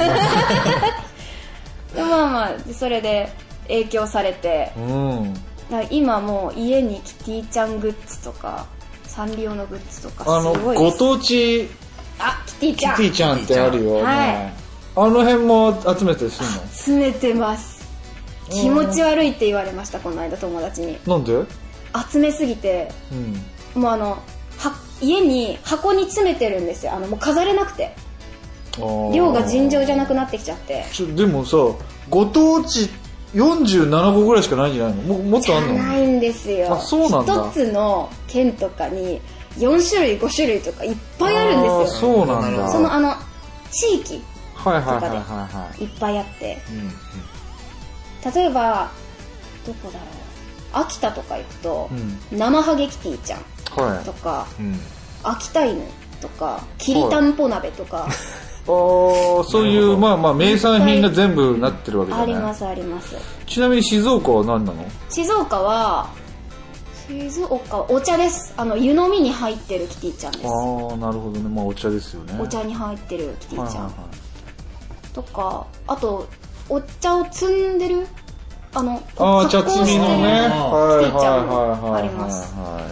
Speaker 2: まあまあでそれで影響されて
Speaker 4: うん。
Speaker 2: だから今もう家にキティちゃんグッズとかサンリオのグッズとか
Speaker 4: あの、
Speaker 2: すごいで
Speaker 4: ご
Speaker 2: す
Speaker 4: 当地
Speaker 2: あキティ
Speaker 4: キ
Speaker 2: ち
Speaker 4: テ
Speaker 2: ゃん
Speaker 4: ィちゃんってあるよね。
Speaker 2: はい
Speaker 4: あの辺も集めてすん
Speaker 2: 詰めてます気持ち悪いって言われましたこの間友達に
Speaker 4: のなんで
Speaker 2: 集めすぎて
Speaker 4: うん。
Speaker 2: もうあのは家に箱に詰めてるんですよあのもう飾れなくて
Speaker 4: あー
Speaker 2: 量が尋常じゃなくなってきちゃって
Speaker 4: ちょでもさ、ご当地47個ぐらいしかないんじゃないのももっとあん
Speaker 2: な
Speaker 4: の
Speaker 2: いんですよ
Speaker 4: あそうなんだ
Speaker 2: 一つの剣とかに4種類5種類とかいっぱいあるん
Speaker 4: あー
Speaker 2: ですよ
Speaker 4: そうなんだ。
Speaker 5: ー
Speaker 2: そのあの地域
Speaker 4: はいはいはいはいはい
Speaker 2: っぱいあって
Speaker 5: うん
Speaker 2: 例えばどこだろう秋田とか行くと、
Speaker 4: う
Speaker 2: 生ハゲキティちゃん
Speaker 4: い。はい。
Speaker 2: とか
Speaker 5: うん。
Speaker 2: 秋田犬とかきりたんぽ鍋とか、
Speaker 4: ああ、そういう、まあまあ、名産品が全部なってるわけ
Speaker 2: あ
Speaker 4: だ
Speaker 2: りま
Speaker 4: ね。
Speaker 2: すあります
Speaker 4: ちなみに静岡は何なの
Speaker 2: 静岡は静岡はお茶ですあの湯飲みに入ってるキティちゃんです
Speaker 4: ああ、なるほどね。まあ、お茶ですよね。
Speaker 2: お茶に入ってるキテ
Speaker 4: は
Speaker 2: ィ
Speaker 4: い
Speaker 2: ち
Speaker 4: はい
Speaker 2: ゃん
Speaker 4: はい。
Speaker 2: とかあとお茶を摘んでるあの
Speaker 4: ああ、
Speaker 2: 加
Speaker 4: 茶
Speaker 2: 工
Speaker 4: 摘みのね。
Speaker 2: してる
Speaker 4: は
Speaker 2: キテ
Speaker 4: い
Speaker 2: ィちゃん
Speaker 4: はいはいはい
Speaker 2: もあります
Speaker 4: は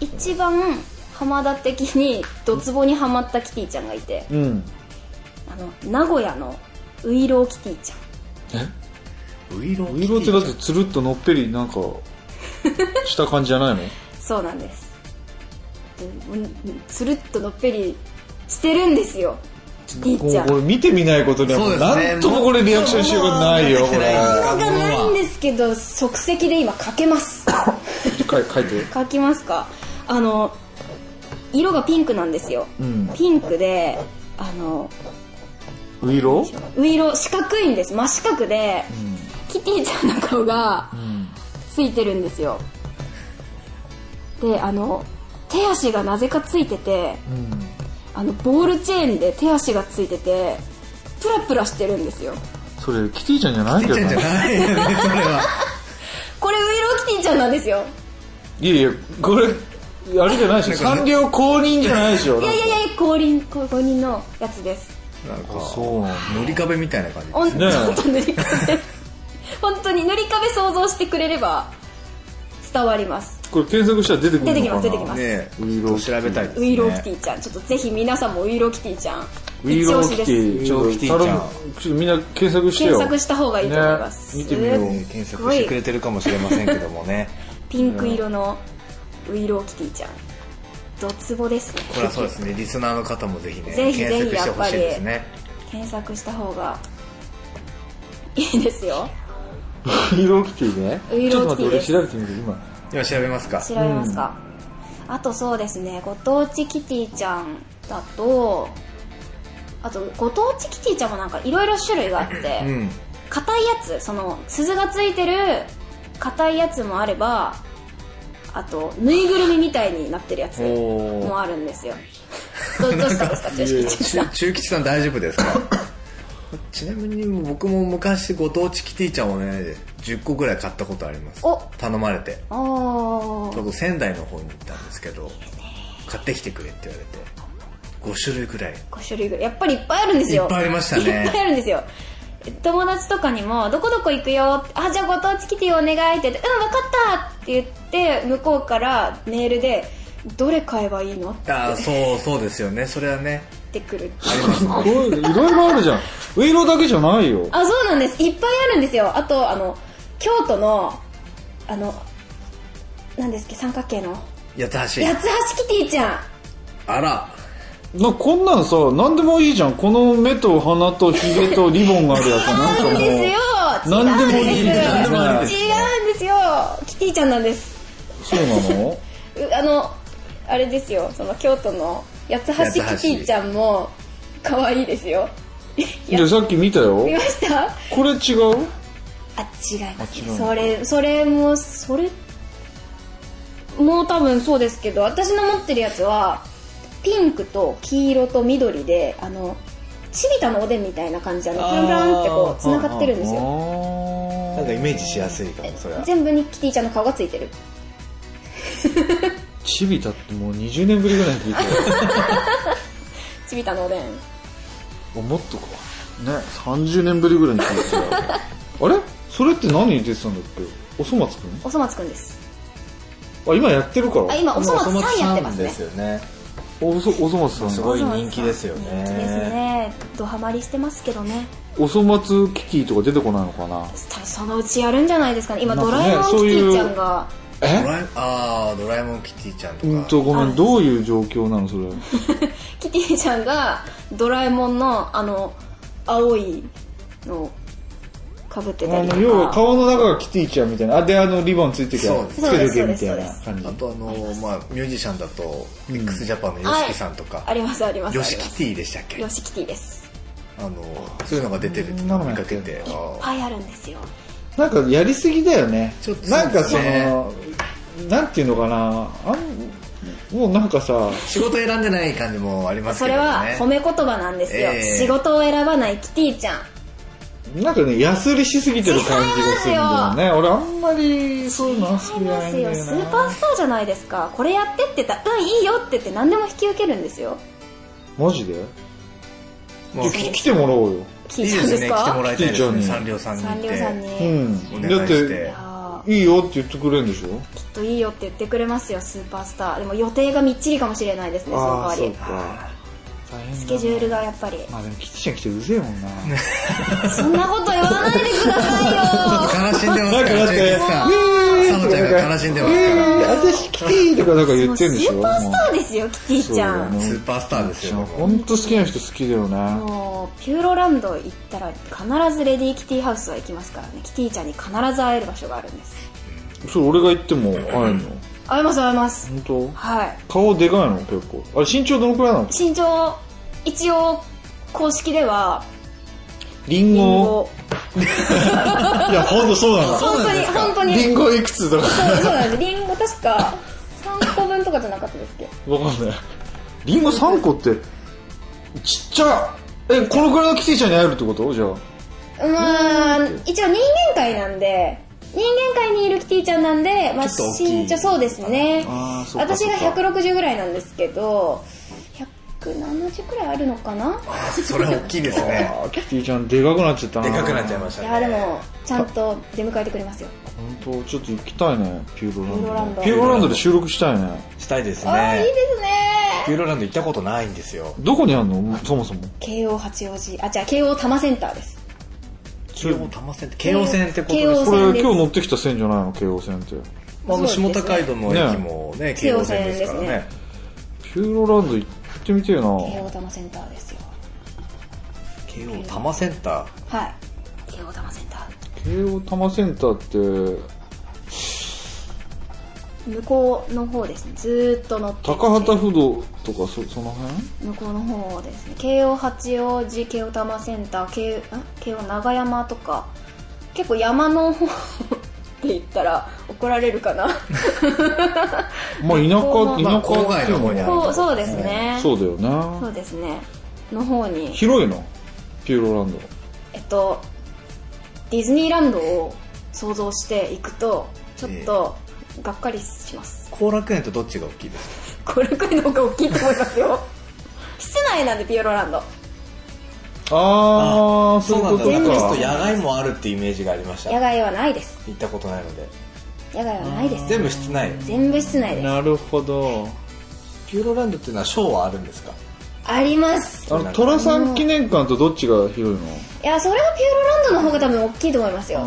Speaker 4: い
Speaker 2: 一番浜田的にドツボにはまったキティちゃんがいて
Speaker 4: うん。
Speaker 2: あの名古屋のウイローキティちゃん
Speaker 5: ウイロ
Speaker 4: ウイローってだってつるっとのっぺりなんか、した感じじゃないの
Speaker 2: そうなんですでうんつるっとのっぺりしてるんですよキティちゃん
Speaker 4: これ見てみないことにはもうなんともこれリアクションしようがないよ、これ。
Speaker 2: 顔がないんですけど即席で今描けます
Speaker 4: 書い書いて。
Speaker 2: 描きますかあの色がピンクなんですよ、
Speaker 4: うん
Speaker 2: ピンクであの
Speaker 4: ウイロ
Speaker 2: ウイロ四角いんです真四角で、キティちゃんの顔がついてるんですよ、であの手足がなぜかついてて、あのボールチェーンで手足がついててプラプラしてるんですよ
Speaker 4: それ、キティちゃんじゃないん
Speaker 5: キ
Speaker 4: じ
Speaker 5: ティ
Speaker 4: ゃ
Speaker 5: ちゃんじ
Speaker 4: な
Speaker 5: ゃ
Speaker 4: い
Speaker 5: ないよね、それは。
Speaker 2: これウイロキティちゃんなんですよ
Speaker 4: いやいや、これ、あれじゃないでしょ。官僚公認じゃないでしょ。
Speaker 2: いやいやいや降臨降降臨のやつです
Speaker 5: なんか、
Speaker 4: そうなんだ
Speaker 5: 塗り壁みたいな感じ。
Speaker 2: おん
Speaker 4: ねえ
Speaker 2: 本当塗り壁 本当に塗り壁想像してくれれば伝わります
Speaker 4: これ検索したら出てくるのかな
Speaker 2: 出てきます出てきます
Speaker 5: ねえ、
Speaker 4: ウイロー
Speaker 5: ちょっと調べたいですね。
Speaker 2: ウイローキティちゃん、ちょっとぜひ皆さんもウイローキティちゃん
Speaker 4: ウィーローキティ、
Speaker 5: 一
Speaker 4: ちょ
Speaker 5: 押
Speaker 4: っ
Speaker 5: し
Speaker 4: と
Speaker 5: です
Speaker 4: 頼むちょっとみんな検索してよ。
Speaker 2: 検索した方がいいと思います
Speaker 4: ね見てみよ
Speaker 2: え
Speaker 4: う。
Speaker 5: ね検索してくれてるかもしれませんけどもね。
Speaker 2: ピンク色のウイローキティちゃんドツボですね
Speaker 5: これはそうですね、リスナーの方もぜひね、
Speaker 2: ぜひぜひ
Speaker 5: 検索してほしいですね。
Speaker 2: 検索した方がいいですよ
Speaker 4: ウィーローキティね。
Speaker 2: ウィー
Speaker 4: ちょっ
Speaker 2: ロ
Speaker 4: と
Speaker 2: ーキ
Speaker 4: 待
Speaker 2: テ
Speaker 4: っ
Speaker 2: ィです
Speaker 4: て、俺調べてみる、今。
Speaker 5: では調べますか。
Speaker 2: 調べますか、あとそうですねご当地キティちゃんだとあとご当地キティちゃんもなんかいろいろ種類があって、
Speaker 5: うん
Speaker 2: 硬いやつその鈴がついてる硬いやつもあればあとぬいぐるみみたいになってるやつ
Speaker 5: おー
Speaker 2: もあるんですよどどうしたんですか中
Speaker 5: ち
Speaker 2: 式中さん
Speaker 5: 中吉さん大丈夫ですか ちなみに僕も昔ご当地キティちゃんをね10個ぐらい買ったことあります
Speaker 2: お
Speaker 5: 頼まれて
Speaker 2: お
Speaker 5: ちょ
Speaker 2: ー
Speaker 5: うど仙台の方に行ったんですけど買ってきてくれって言われて5種類ぐらい
Speaker 2: 5種類ぐらいやっぱりいっぱいあるんですよ
Speaker 5: いっぱいありましたね
Speaker 2: いっぱいあるんですよ友達とかにも「どこどこ行くよ」って「あじゃあご当地キティお願い」って言って「うん分かった」って言って向こうからメールで「どれ買えばいいの?」って
Speaker 5: ああそうそうですよねそれはね
Speaker 2: 言ってくる
Speaker 5: あります
Speaker 4: これいろいろあるじゃん。ウイロだけじゃないよ。
Speaker 2: あ、そうなんです。いっぱいあるんですよ。あと、あの、京都の、あの、なんですっけ、三角形の、
Speaker 5: 八つ橋
Speaker 2: 八つ橋キティちゃん。
Speaker 5: あら
Speaker 4: なこんなんさ、なんでもいいじゃん。この目と鼻とヒゲとリボンがあるやつ。なんか
Speaker 2: そうなん
Speaker 4: も
Speaker 2: ですよ。
Speaker 4: う。なんでもい
Speaker 2: 違
Speaker 4: い
Speaker 2: うん
Speaker 5: 何
Speaker 2: です
Speaker 5: でもありです
Speaker 2: 違うんですよ。キティちゃんなんです。
Speaker 4: そうなの
Speaker 2: うあの、あれですよ、その京都の八つ橋キティちゃんも、可愛いですよ。い
Speaker 4: い
Speaker 2: や
Speaker 4: や、さっき見たよ
Speaker 2: 見。ました
Speaker 4: これ違う
Speaker 2: あ違います
Speaker 4: あ違う
Speaker 2: ねそれそれもそれもう多分そうですけど私の持ってるやつはピンクと黄色と緑であのチビタのおでんみたいな感じであのプランプランってこうつながってるんですよ
Speaker 4: あ
Speaker 5: なんかイメージしやすいかもそれは
Speaker 2: 全部にキティちゃんの顔がついてる
Speaker 4: ー。チビタってもう20年ぶりぐらいに聞いてる。
Speaker 2: チビタのおでん
Speaker 4: 思っとか。ね、30年ぶりぐらいに聞いて る。あれそれって何に出てたんだっけおそ松くん
Speaker 2: おそ松くんです
Speaker 4: あ、今やってるから。
Speaker 2: あ今おそ松さんやってます
Speaker 5: で
Speaker 2: ね
Speaker 5: すよね
Speaker 4: おそ、おそ松さん
Speaker 5: す
Speaker 4: が
Speaker 5: ごい人気ですよね
Speaker 2: 人気ですねドハマりしてますけどね
Speaker 4: おそ松キティとか出てこないのかな
Speaker 2: 多分そのうちやるんじゃないですかね今
Speaker 4: なん
Speaker 2: ド
Speaker 4: かね
Speaker 2: ラえもんキティちゃんが
Speaker 5: ド
Speaker 4: え
Speaker 5: ラえああドラえもんキティちゃんと
Speaker 4: うん
Speaker 5: か
Speaker 4: とごめんどういう状況なのそれ
Speaker 2: キティちゃんがドラえもんのあの青いのをかぶってた
Speaker 4: あ
Speaker 2: りと
Speaker 4: の
Speaker 2: か
Speaker 4: 要は顔の中がキティちゃんみたいなあであのリボンついてき
Speaker 5: そう
Speaker 4: ゃ
Speaker 5: で
Speaker 4: つ
Speaker 5: す
Speaker 4: けてけみたい
Speaker 2: そうで
Speaker 4: な
Speaker 2: す
Speaker 4: 感じ
Speaker 5: あとあのまあミュージシャンだと
Speaker 4: ん
Speaker 5: x ジャパンの YOSHIKI さんとか
Speaker 2: ありますあります
Speaker 5: YOSHIKI ティでしたっけ
Speaker 2: よしキティです
Speaker 5: あのそういうのが出てるっていうのを見かけてあ
Speaker 2: いっ
Speaker 5: ー
Speaker 2: ぱいあるんですよ
Speaker 4: なんかやりすぎだよね
Speaker 5: ちょっと
Speaker 4: なんかそ
Speaker 5: そうです
Speaker 4: のなんていうのかなあんもうなんかさ
Speaker 5: 仕事選んでない感じもあります
Speaker 2: そ
Speaker 5: けど
Speaker 2: れ
Speaker 5: ね
Speaker 2: は褒め言葉なんですよ、
Speaker 5: ええ
Speaker 2: 仕事を選ばないキティちゃん
Speaker 4: なんかねやすりしすぎてる感じがするんだよね俺あんまりそういうの好き
Speaker 2: 違い
Speaker 4: じゃ
Speaker 2: ま
Speaker 4: な
Speaker 2: す
Speaker 4: いんだ
Speaker 2: よ
Speaker 4: よ
Speaker 2: ス
Speaker 4: な
Speaker 2: ーパースターじゃないですかこれやってって言ったら「うんいいよ」って言って何でも引き受けるんですよ
Speaker 4: マジで
Speaker 5: もう
Speaker 4: き来てもらおうよ
Speaker 2: キ
Speaker 5: い
Speaker 2: ティ
Speaker 5: い
Speaker 2: ち
Speaker 5: で
Speaker 2: ゃんですす
Speaker 5: ね来ても
Speaker 2: から
Speaker 5: いたいです
Speaker 4: いい
Speaker 5: ね
Speaker 4: じゃん
Speaker 5: サンリオさんに
Speaker 2: サンリオさんに、
Speaker 4: う
Speaker 5: お
Speaker 4: ん
Speaker 5: 願い
Speaker 4: だっ
Speaker 5: して
Speaker 4: て
Speaker 2: あ
Speaker 4: いいよって言ってくれるんでしょ
Speaker 2: ーきっといいよって言ってくれますよスーパースターでも予定がみっちりかもしれないですねその代
Speaker 4: あ
Speaker 2: わ
Speaker 4: あ
Speaker 2: り
Speaker 4: そうか大変だな
Speaker 2: スケジュールがやっぱり、
Speaker 4: まあでもキティちゃん来てうぜえも んな
Speaker 2: そんなこと言わないでく ださいよ
Speaker 5: 悲しんでます
Speaker 4: な
Speaker 5: か
Speaker 4: んか
Speaker 5: ら
Speaker 4: だって
Speaker 5: 中吉さんサノちゃんが悲しんでますから
Speaker 4: 私キティとかなんか言
Speaker 2: もう
Speaker 4: っ
Speaker 2: ス
Speaker 4: てんでしょ
Speaker 2: ーパースターですよキティちゃん
Speaker 4: そう
Speaker 5: スーパースターですよ
Speaker 4: 本当好きな人好きだよね
Speaker 2: もうピューロランド行ったら必ずレディーキティハウスは行きますからねキティちゃんに必ず会える場所があるんです
Speaker 4: それ俺が言っても会えんの
Speaker 2: 会えます会えます
Speaker 4: 本当
Speaker 2: はい
Speaker 4: 顔でかいの結構あれ身長どのくらいなの
Speaker 2: 身長一応公式では
Speaker 4: リン
Speaker 2: リン
Speaker 4: ゴ
Speaker 2: ゴ
Speaker 4: いや本当そうなの
Speaker 2: 本当に本当に
Speaker 4: リンゴいくつとか
Speaker 2: そうそうなんですリンゴ確か3個分とかじゃなかったですっけど
Speaker 4: わかんないリンゴ3個ってちっちゃえこのくらいのキティちゃんに会えるってことじゃあ
Speaker 2: まあ、一応人間界なんで、人間界にいるキティちゃんなんで、まあ、
Speaker 5: ちょっと大きい
Speaker 2: 身長そうですね
Speaker 4: あー。そうか
Speaker 2: 私
Speaker 4: そう
Speaker 2: が
Speaker 4: か
Speaker 2: 160ぐらいなんですけど、170くらいあるのかな
Speaker 5: それは大きいですね
Speaker 4: あーキティちゃんでかくなっちゃったな
Speaker 5: でかくなっちゃいました
Speaker 2: い
Speaker 5: ね
Speaker 2: や、でも、ちゃんと出迎えてくれますよ。
Speaker 4: 本当ちょっと行きたいねピューロランド
Speaker 2: ピ
Speaker 4: ピ
Speaker 2: ュー
Speaker 4: ュー
Speaker 2: ロ
Speaker 4: ロ
Speaker 2: ラ
Speaker 4: ラ
Speaker 2: ン
Speaker 4: ン
Speaker 2: ド
Speaker 4: ドで収録したいね
Speaker 5: したいです
Speaker 2: ああ、いい
Speaker 5: ね
Speaker 2: ですね。
Speaker 5: ピューロランド行ったことないんですよ
Speaker 4: どこにあるのそもそも
Speaker 2: 慶応八王子、あ、じゃあ慶応多摩センターです。
Speaker 5: 京王多摩線って京王線ってことで
Speaker 2: 京王線
Speaker 5: す
Speaker 4: これ
Speaker 2: です
Speaker 4: 今日乗ってきた線じゃないの京王線って
Speaker 5: あの下高井戸の駅もね京王線ですから
Speaker 2: 京王線
Speaker 5: ね
Speaker 4: ピューロランド行ってみてえな
Speaker 2: 慶応多摩センターですよ。
Speaker 5: 京王多摩センター
Speaker 2: はい。慶応多摩センター。
Speaker 4: 京王多摩センターって
Speaker 2: 向こうの方ですねずーっと乗ってって
Speaker 4: 高畑不動とかそその辺
Speaker 2: 向こうの方ですね京王八王子京王多摩センター京ん京王長山とか結構山の方って言ったら怒られるかな
Speaker 5: まあ郊外の
Speaker 2: こう
Speaker 4: まあ田舎田舎っていうの
Speaker 5: 方
Speaker 4: は
Speaker 5: にある
Speaker 2: こうそうですね
Speaker 4: そうだよ
Speaker 2: そ
Speaker 4: ね
Speaker 2: うですねの方に
Speaker 4: 広いのピューロランド
Speaker 2: えっとディズニーランドを想像していくとちょっとがっかりします
Speaker 5: 後楽園とどっちが大きいですか
Speaker 2: これくらいの方が大きいと思います よ室内なんでピエロランド
Speaker 4: ああそう
Speaker 5: そう
Speaker 4: い
Speaker 5: なん
Speaker 4: う
Speaker 5: だ
Speaker 4: こ
Speaker 5: ちょっ
Speaker 4: と
Speaker 5: と
Speaker 4: か
Speaker 5: 野外もあるってイメージがありました
Speaker 2: 野外はないです
Speaker 5: 行ったことないので
Speaker 2: 野外はないです
Speaker 5: 全部室内
Speaker 2: 全部室内です
Speaker 4: なるほど
Speaker 5: ピューロランドっていうのはショーはあるんですか
Speaker 2: あります
Speaker 4: あの寅さん記念館とどっちが広いの
Speaker 2: いやそれはピューロランドの方が多分大きいと思いますよ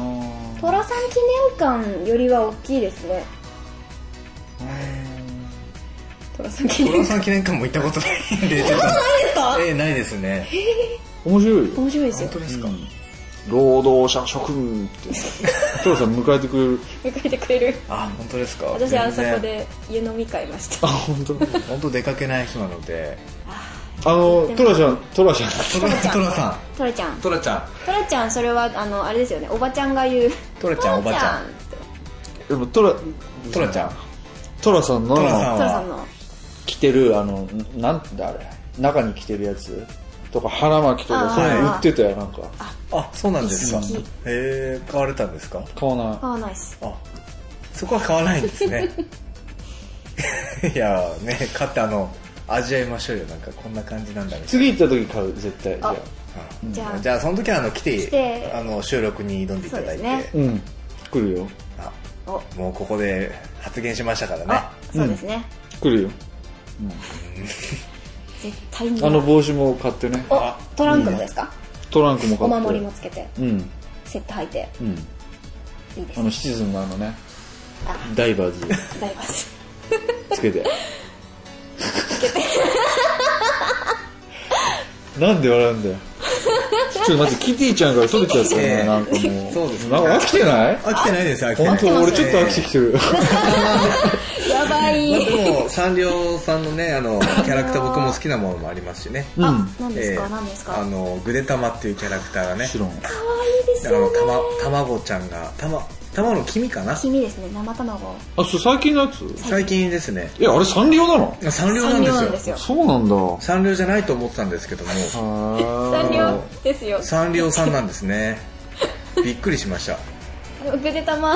Speaker 2: トラさん記念館よりは大きいですねトラさん記
Speaker 5: 小
Speaker 2: 念
Speaker 5: 室
Speaker 2: 館
Speaker 5: さん記念館も行ったことないんでちょっと
Speaker 2: か
Speaker 5: ええないですね
Speaker 4: 面白いよ
Speaker 2: 面白いですよ
Speaker 5: ですか
Speaker 4: 労働者諸君って寅さん迎えてくれる
Speaker 2: 迎えてくれる
Speaker 5: あ本当ですか
Speaker 2: 私あそこ
Speaker 5: 全然
Speaker 2: で湯飲み会ました
Speaker 4: あ本当。
Speaker 5: 本当出かけない人なので
Speaker 4: あの寅ちゃん寅ちゃん
Speaker 5: トラトラさ
Speaker 2: トラちゃん
Speaker 5: んトラちゃん
Speaker 2: トラちゃんそれはあのあれですよねおばちゃんが言う
Speaker 5: トラちゃんおばちゃん
Speaker 2: って
Speaker 4: でもトラ
Speaker 5: トラちゃん
Speaker 4: トラさんの
Speaker 5: トラさ
Speaker 2: ト
Speaker 5: ん
Speaker 2: ラさん
Speaker 5: は
Speaker 2: の
Speaker 4: 着てるあのなんだあれ中に着てるやつとか腹巻きと
Speaker 2: あ
Speaker 4: か
Speaker 2: ー
Speaker 4: そういうの売ってたよなんか
Speaker 5: あそうなんですか
Speaker 2: 好き
Speaker 5: へえ買われたんですか
Speaker 4: 買わない
Speaker 2: ああナイス
Speaker 5: あそこは買わないんですね いやーね買ってあの味わいましょうよなんかこんな感じなんだみたい
Speaker 4: 次行った時買う絶対じゃあ
Speaker 5: な
Speaker 2: じゃあ
Speaker 5: じゃあその時はあの来て
Speaker 2: 来て
Speaker 5: あの収録に挑んでいただいて、
Speaker 2: そうです
Speaker 4: うん来るよ
Speaker 5: あ
Speaker 2: お
Speaker 5: もうここで発言しましたからね
Speaker 2: あそうですね
Speaker 4: 来るよ
Speaker 2: 絶対に
Speaker 4: あの帽子も買ってね
Speaker 2: おトランクもですか
Speaker 4: トランクも買
Speaker 2: お
Speaker 4: って
Speaker 2: 守りもつけて
Speaker 4: うん
Speaker 2: セット履いて
Speaker 4: うん
Speaker 2: いいです
Speaker 4: あのシチズンのあのね
Speaker 2: あ
Speaker 4: ダイバーズ
Speaker 2: 大バス
Speaker 4: つけてなんで笑うんだよちょっと待ってキティちゃんから取れちゃった
Speaker 5: え
Speaker 4: ね
Speaker 5: え
Speaker 4: なんかもう
Speaker 5: そうですね
Speaker 4: なんか飽きてない
Speaker 5: 飽きてないです飽きてな
Speaker 4: 本
Speaker 5: い
Speaker 4: 当俺ちょっと飽きてきてる
Speaker 2: やば
Speaker 5: まあ
Speaker 2: い
Speaker 5: でもサンリオさんのねあのキャラクター僕も好きなものもありますしね
Speaker 2: あ何です
Speaker 5: え
Speaker 2: か
Speaker 5: え
Speaker 2: 何です
Speaker 5: あ
Speaker 2: か
Speaker 5: のグデタマっていうキャラクターがね
Speaker 4: もちろん
Speaker 5: あのたま卵ちゃんがたま卵の黄身かな
Speaker 2: 黄身ですね生卵
Speaker 4: あそう最近のやつ
Speaker 5: 最近ですね
Speaker 4: えあれサンリオなの
Speaker 5: サンリオな
Speaker 2: サン
Speaker 5: ん
Speaker 2: リ
Speaker 5: で
Speaker 2: オ
Speaker 5: す
Speaker 2: なん
Speaker 5: よ
Speaker 2: ですよ
Speaker 4: そうなんだ
Speaker 5: サンリオじゃないと思ってたんですけども
Speaker 2: サンリ
Speaker 5: あ
Speaker 2: オ
Speaker 5: の
Speaker 2: ですよ
Speaker 5: サンリオさんなんです ねびっくりしました
Speaker 2: グデタマ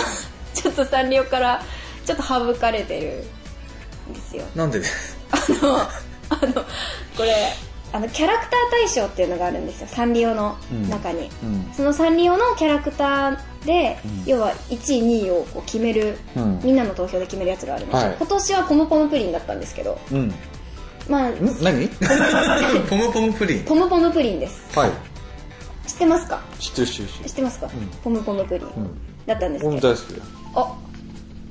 Speaker 2: ちょっとサンリオからちょっと省かれてるんですよ
Speaker 5: なんで
Speaker 2: あの、あの、これ、あの、キャラクター大賞っていうのがあるんですよ。サンリオの中に。
Speaker 4: うん
Speaker 2: そのサンリオのキャラクターで、要は1位、2位をこう決める、
Speaker 4: うん
Speaker 2: みんなの投票で決めるやつがあるんですよ。
Speaker 4: はい
Speaker 2: 今年はポムポムプリンだったんですけど、
Speaker 4: うんん
Speaker 2: まあ、
Speaker 4: 何
Speaker 5: ポムポムプリン
Speaker 2: ポムポムプリンです。
Speaker 4: はい
Speaker 2: 知ってますか
Speaker 4: 知ってる知ってる知って
Speaker 2: 知ってますか、ポムポムプリン、
Speaker 4: ん
Speaker 2: だったんです
Speaker 4: る俺
Speaker 2: けど。
Speaker 4: も大好きだよ
Speaker 2: あ、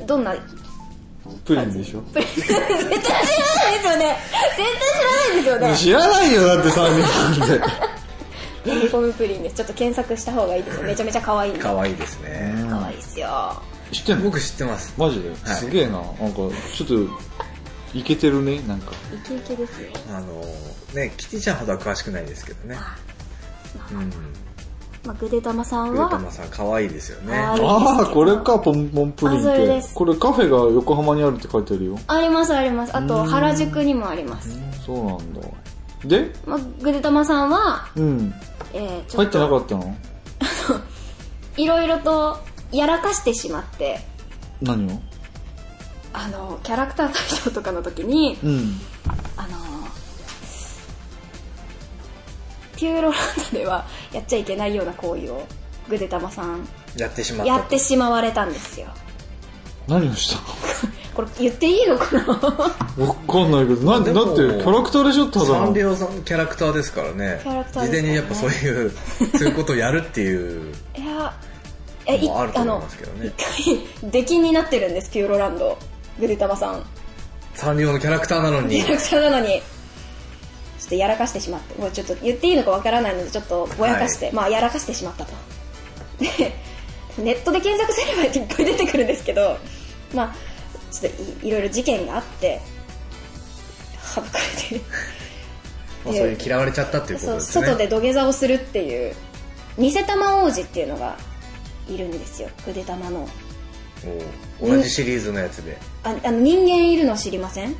Speaker 2: どんな、
Speaker 4: プリンでしょ
Speaker 2: プリン絶対知らないですよね絶対知らないですよね
Speaker 4: 知らないよだってサンリオなんて
Speaker 2: ポムポムプリンです。ちょっと検索した方がいいですよ。めちゃめちゃ可愛いんで。
Speaker 5: 可愛いですね
Speaker 2: 可愛いっすよ。
Speaker 4: 知ってんの
Speaker 5: 僕知ってます
Speaker 4: マジで
Speaker 5: い
Speaker 4: すげえななんかちょっといけてるねなんか
Speaker 2: イケイケですよ。
Speaker 5: あのねキティちゃんほどは詳しくないですけどねうん
Speaker 2: まあ、グデタマさん
Speaker 5: ウルト
Speaker 2: は
Speaker 5: マ、さん可愛いですよね
Speaker 2: あー
Speaker 4: ああこれかポンポンプリンっ
Speaker 2: あそれで
Speaker 4: て
Speaker 2: す
Speaker 4: これカフェが横浜にあるって書いてあるよ
Speaker 2: ありますあります。あと、原宿にもあります。
Speaker 4: そうなんだで
Speaker 2: まあ、グデタマさんは、
Speaker 4: うん
Speaker 2: えー、ちょ
Speaker 4: 入
Speaker 2: っ
Speaker 4: ってなか
Speaker 2: と、
Speaker 4: ったの
Speaker 2: いろいろと、やらかしてしまって、
Speaker 4: 何を
Speaker 2: あの、キャラクター大賞とかの時に、
Speaker 4: うん
Speaker 2: あの、ピューロランドではやっちゃいけないような行為を、グデタマさん、
Speaker 5: やってしまった
Speaker 2: やってしまわれたんですよ。
Speaker 4: 何をした
Speaker 2: これ、言っていい のかな
Speaker 4: のわかんないけどなだ
Speaker 5: で
Speaker 4: って
Speaker 5: も
Speaker 4: キャラクターでしょただ
Speaker 5: サン
Speaker 4: の
Speaker 5: リオさんキャラクターですからね
Speaker 2: キャラクターですからね
Speaker 5: 事前にやっぱそういうそういうことをやるっていう
Speaker 2: いや、え、い
Speaker 5: もうあると
Speaker 2: あ
Speaker 5: 思い
Speaker 2: の
Speaker 5: ますけど ね、
Speaker 2: 一回、出禁になってるんです、ピューロランド。グデタマさん。
Speaker 5: サンリオのキャラクターなの
Speaker 2: キ
Speaker 5: に
Speaker 2: ャラクターなのに、ちょっとやらかしてしまって、もうちょっと言っていいのかわからないので、ちょっとぼやかして、
Speaker 5: はい
Speaker 2: まあ、やらかしてしまったと。で、ネットで検索すればいっぱい出てくるんですけど、まあ、ちょっといいろいろ事件があって省かれてる
Speaker 5: まあ、そういう嫌われちゃったっていうこ
Speaker 2: そ
Speaker 5: と
Speaker 2: う
Speaker 5: ですね
Speaker 2: 外で土下座をするっていう偽玉王子っていうのがいるんですよ腕玉の
Speaker 5: おう同じシリーズのやつで、
Speaker 2: ああの人間いるの知りません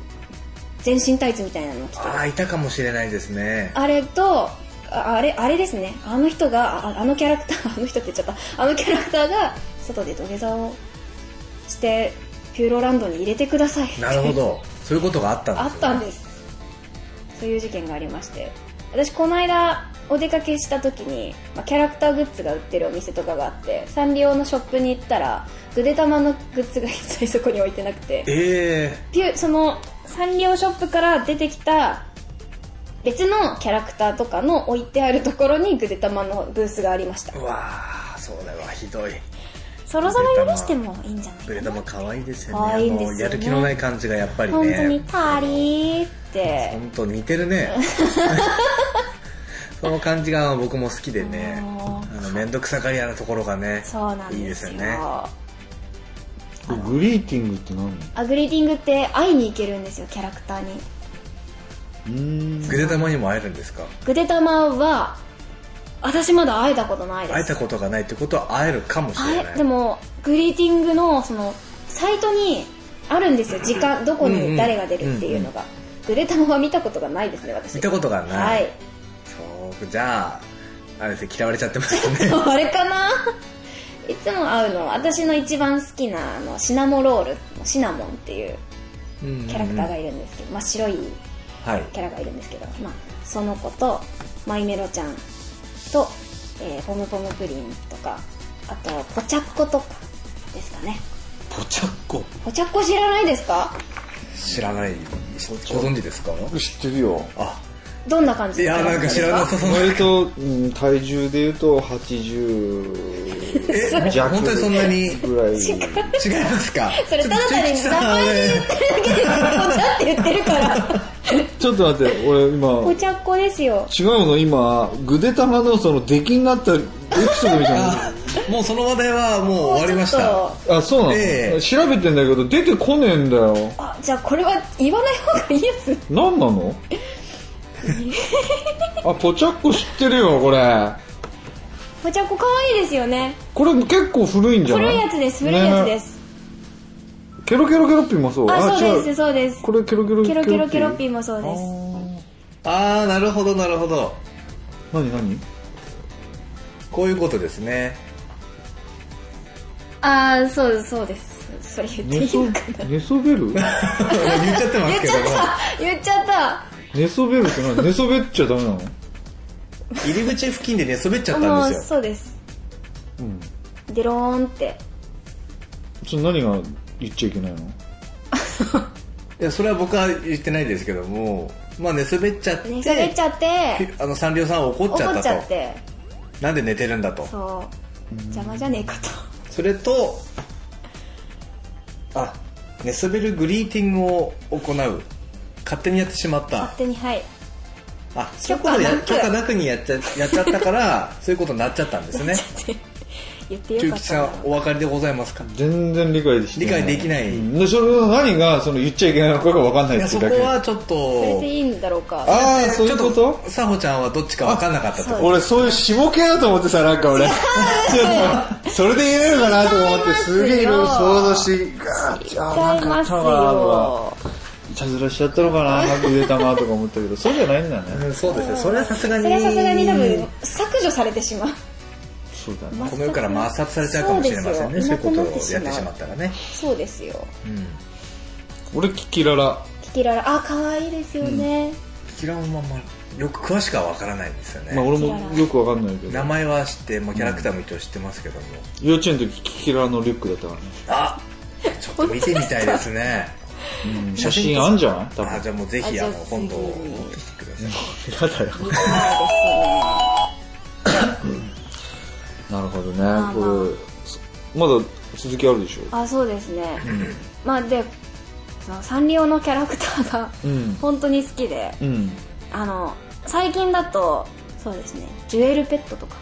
Speaker 2: 全身タイツみたいなの着てる
Speaker 5: ああいたかもしれないですね
Speaker 2: あれとああれあれですねあの人がああのキャラクター あの人って言っちゃったあのキャラクターが外で土下座をしてピューロランドに入れてくださいって
Speaker 5: なるほどそういうことがあったんです
Speaker 2: あ
Speaker 5: よ
Speaker 2: ったんですそういう事件がありまして私この間お出かけした時に、まあ、キャラクターグッズが売ってるお店とかがあってサンリオのショップに行ったらぐでたまのグッズが一切そこに置いてなくて
Speaker 5: え
Speaker 2: ピュそのサンリオショップから出てきた別のキャラクターとかの置いてあるところにぐでたまのブースがありました
Speaker 5: えうわあそれはひどい
Speaker 2: そろそろ許してもいいんじゃない
Speaker 5: グレタマ可愛いですよね
Speaker 2: 可愛いんですよね
Speaker 5: あのやる気のない感じがやっぱりね
Speaker 2: 本当に「タリー」って
Speaker 5: 本当似てる ねその感じが僕も好きでね
Speaker 2: あ
Speaker 5: あの面倒くさがり屋なところがね
Speaker 2: そうなんですよ
Speaker 5: いいですよね
Speaker 4: グリーティングって何
Speaker 2: アグリーディングって会いに行けるんですよキャラクターに
Speaker 5: グレタマにも会えるんですか
Speaker 2: グデタマは私まだ会えたことないです
Speaker 5: 会えたことがないってことは会えるかもしれ
Speaker 2: あ
Speaker 5: な
Speaker 2: れ
Speaker 5: い
Speaker 2: でもグリーティングのそのサイトにあるんですよ時間どこ
Speaker 5: うんう
Speaker 2: に
Speaker 5: ん
Speaker 2: 誰が出るっていうのが、グレタマは見たことがないですね私
Speaker 5: 見たことが
Speaker 2: は
Speaker 5: ない
Speaker 2: い
Speaker 5: そうじゃああれですね嫌われちゃってますね
Speaker 2: あれかないつも会うのは私の一番好きなあのシナモロールシナモンっていう
Speaker 5: キ
Speaker 2: キャラクターがいるんですけど、真っ白い
Speaker 5: はい
Speaker 2: キャラがいるんですけど、まあ、その子とマイメロちゃんと、えーポムポムプリンとかあとポチャッコとかですかね
Speaker 4: ポチャッコ
Speaker 2: ポチャッコ知らないですか
Speaker 5: 知らないご存知ですか
Speaker 4: 知ってるよ
Speaker 5: あ
Speaker 2: どんな感じ
Speaker 5: い
Speaker 2: です
Speaker 5: やなんか知らなさそうな
Speaker 4: 割と、うん体重で言うと80
Speaker 5: え
Speaker 4: 弱
Speaker 5: 本当にそんなに違い
Speaker 4: ぐらい
Speaker 5: ますか
Speaker 2: それただ単に名前で言ってるだけでポチャって言ってるから
Speaker 4: ちょっと待って俺今
Speaker 2: ポチャッコですよ
Speaker 4: 違うの今ぐでたまのその出来になったエピソードみたい
Speaker 5: あもうその話題はもう終わりまし
Speaker 2: ち
Speaker 5: た
Speaker 2: ょっと
Speaker 4: なあそうなの、
Speaker 5: ええ
Speaker 4: 調べてんだけど出てこねえんだよ
Speaker 2: あじゃあこれは言わない方がいいやつ
Speaker 4: 何なのあポチャッコ知ってるよこれ
Speaker 2: ポチャッコ可愛いですよね
Speaker 4: これ結構古いんじゃない
Speaker 2: 古いやつです古いやつで
Speaker 4: ね
Speaker 2: す、
Speaker 4: ケロケロケロッピーもそう
Speaker 2: あそうです
Speaker 4: う
Speaker 2: そうです
Speaker 4: これケロケロ
Speaker 2: ケロケロケロッピ
Speaker 4: ー
Speaker 2: ーもそうです
Speaker 5: ああなるほどなるほど
Speaker 4: 何何
Speaker 5: こういうことですね
Speaker 2: ああそうですそうですそれ言ってい
Speaker 4: 寝
Speaker 2: い
Speaker 4: そ
Speaker 2: のかな
Speaker 4: 寝そべる
Speaker 5: 言っちゃってますけども
Speaker 2: 言っちゃった
Speaker 4: 寝そべるって何寝そべっちゃダメなの
Speaker 5: 入り口付近で寝そべっちゃ
Speaker 2: あ
Speaker 5: ったん
Speaker 2: の
Speaker 5: ですよ
Speaker 2: そうです
Speaker 4: うん
Speaker 2: デローンって
Speaker 4: ちょっと何が言っちゃいけないの
Speaker 5: いやそれは僕は言ってないですけどもまあ寝そべっちゃって
Speaker 2: 寝そべっちゃって
Speaker 5: あのサンリオさんは怒っちゃ
Speaker 2: 怒
Speaker 5: った
Speaker 2: っ
Speaker 5: と
Speaker 2: ちゃって
Speaker 5: なんで寝てるんだと
Speaker 2: そう邪魔じゃねえかと
Speaker 5: それとあ寝そべるグリーティングを行う勝手にやってしまった
Speaker 2: 勝手にはい
Speaker 5: あそういうことや
Speaker 2: 許可なく
Speaker 5: 許可なくにやっちゃやっちゃったからそういうことになっちゃったんですね
Speaker 2: 言って
Speaker 5: 中
Speaker 2: よかっ
Speaker 5: 吉
Speaker 2: た
Speaker 5: さ
Speaker 2: なん
Speaker 5: お分かりでございますか
Speaker 4: 全然理解でき
Speaker 5: 理解できない、
Speaker 4: うんでそれの何がその言っちゃいけないのかが分かんないい
Speaker 5: や
Speaker 4: ってい
Speaker 5: そうこ
Speaker 4: だけ
Speaker 5: はちょっ
Speaker 2: それ
Speaker 5: と
Speaker 2: でいいんだろうか
Speaker 4: ああそういうこ
Speaker 5: ちょ
Speaker 4: と
Speaker 5: っとサホちゃんはどっちか分かんなかったと
Speaker 2: あ
Speaker 4: 俺そういう下系だと思ってさなんか俺 ちょっとそれで言えるかなと思ってすげえいろいろ想像してガーッてあー
Speaker 2: 違います
Speaker 4: なんかあったわ
Speaker 2: よ
Speaker 4: いたずらしちゃったのかななんか出たなとか思ったけどそうじゃないんだね
Speaker 5: うんそうですねそれはさすがに
Speaker 2: それはさすがに多分削除されてしまう
Speaker 4: そうだね
Speaker 5: この世から抹殺されちゃうかもしれませんね
Speaker 2: そ
Speaker 5: そうう
Speaker 2: ですよ
Speaker 5: いうことをやってしまったらね
Speaker 2: そうですよ
Speaker 4: 俺キキララ
Speaker 2: キキララあ可愛いですよね、
Speaker 5: キラもまんまよく詳しくは分からないんですよね、
Speaker 4: まあ俺もよくわかんないけど
Speaker 5: 名前は知って、まあ、キャラクターも一応知ってますけども、
Speaker 4: 幼稚園の時キキララのリュックだったからね
Speaker 5: あちょっと見てみたいですね
Speaker 4: うん写真あんじゃん多分
Speaker 5: あじゃあもうぜひあ
Speaker 2: あ
Speaker 5: の
Speaker 2: じゃあ
Speaker 5: 今度
Speaker 2: 次に
Speaker 5: 持ってきてください
Speaker 4: 嫌だよなるほどね
Speaker 2: あ
Speaker 4: これそまだ続きあるでしょ
Speaker 2: あそうですね、まあでそのサンリオのキャラクターが
Speaker 4: うん
Speaker 2: 本当に好きで、
Speaker 4: うん
Speaker 2: あの最近だとそうですねジュエルペットとか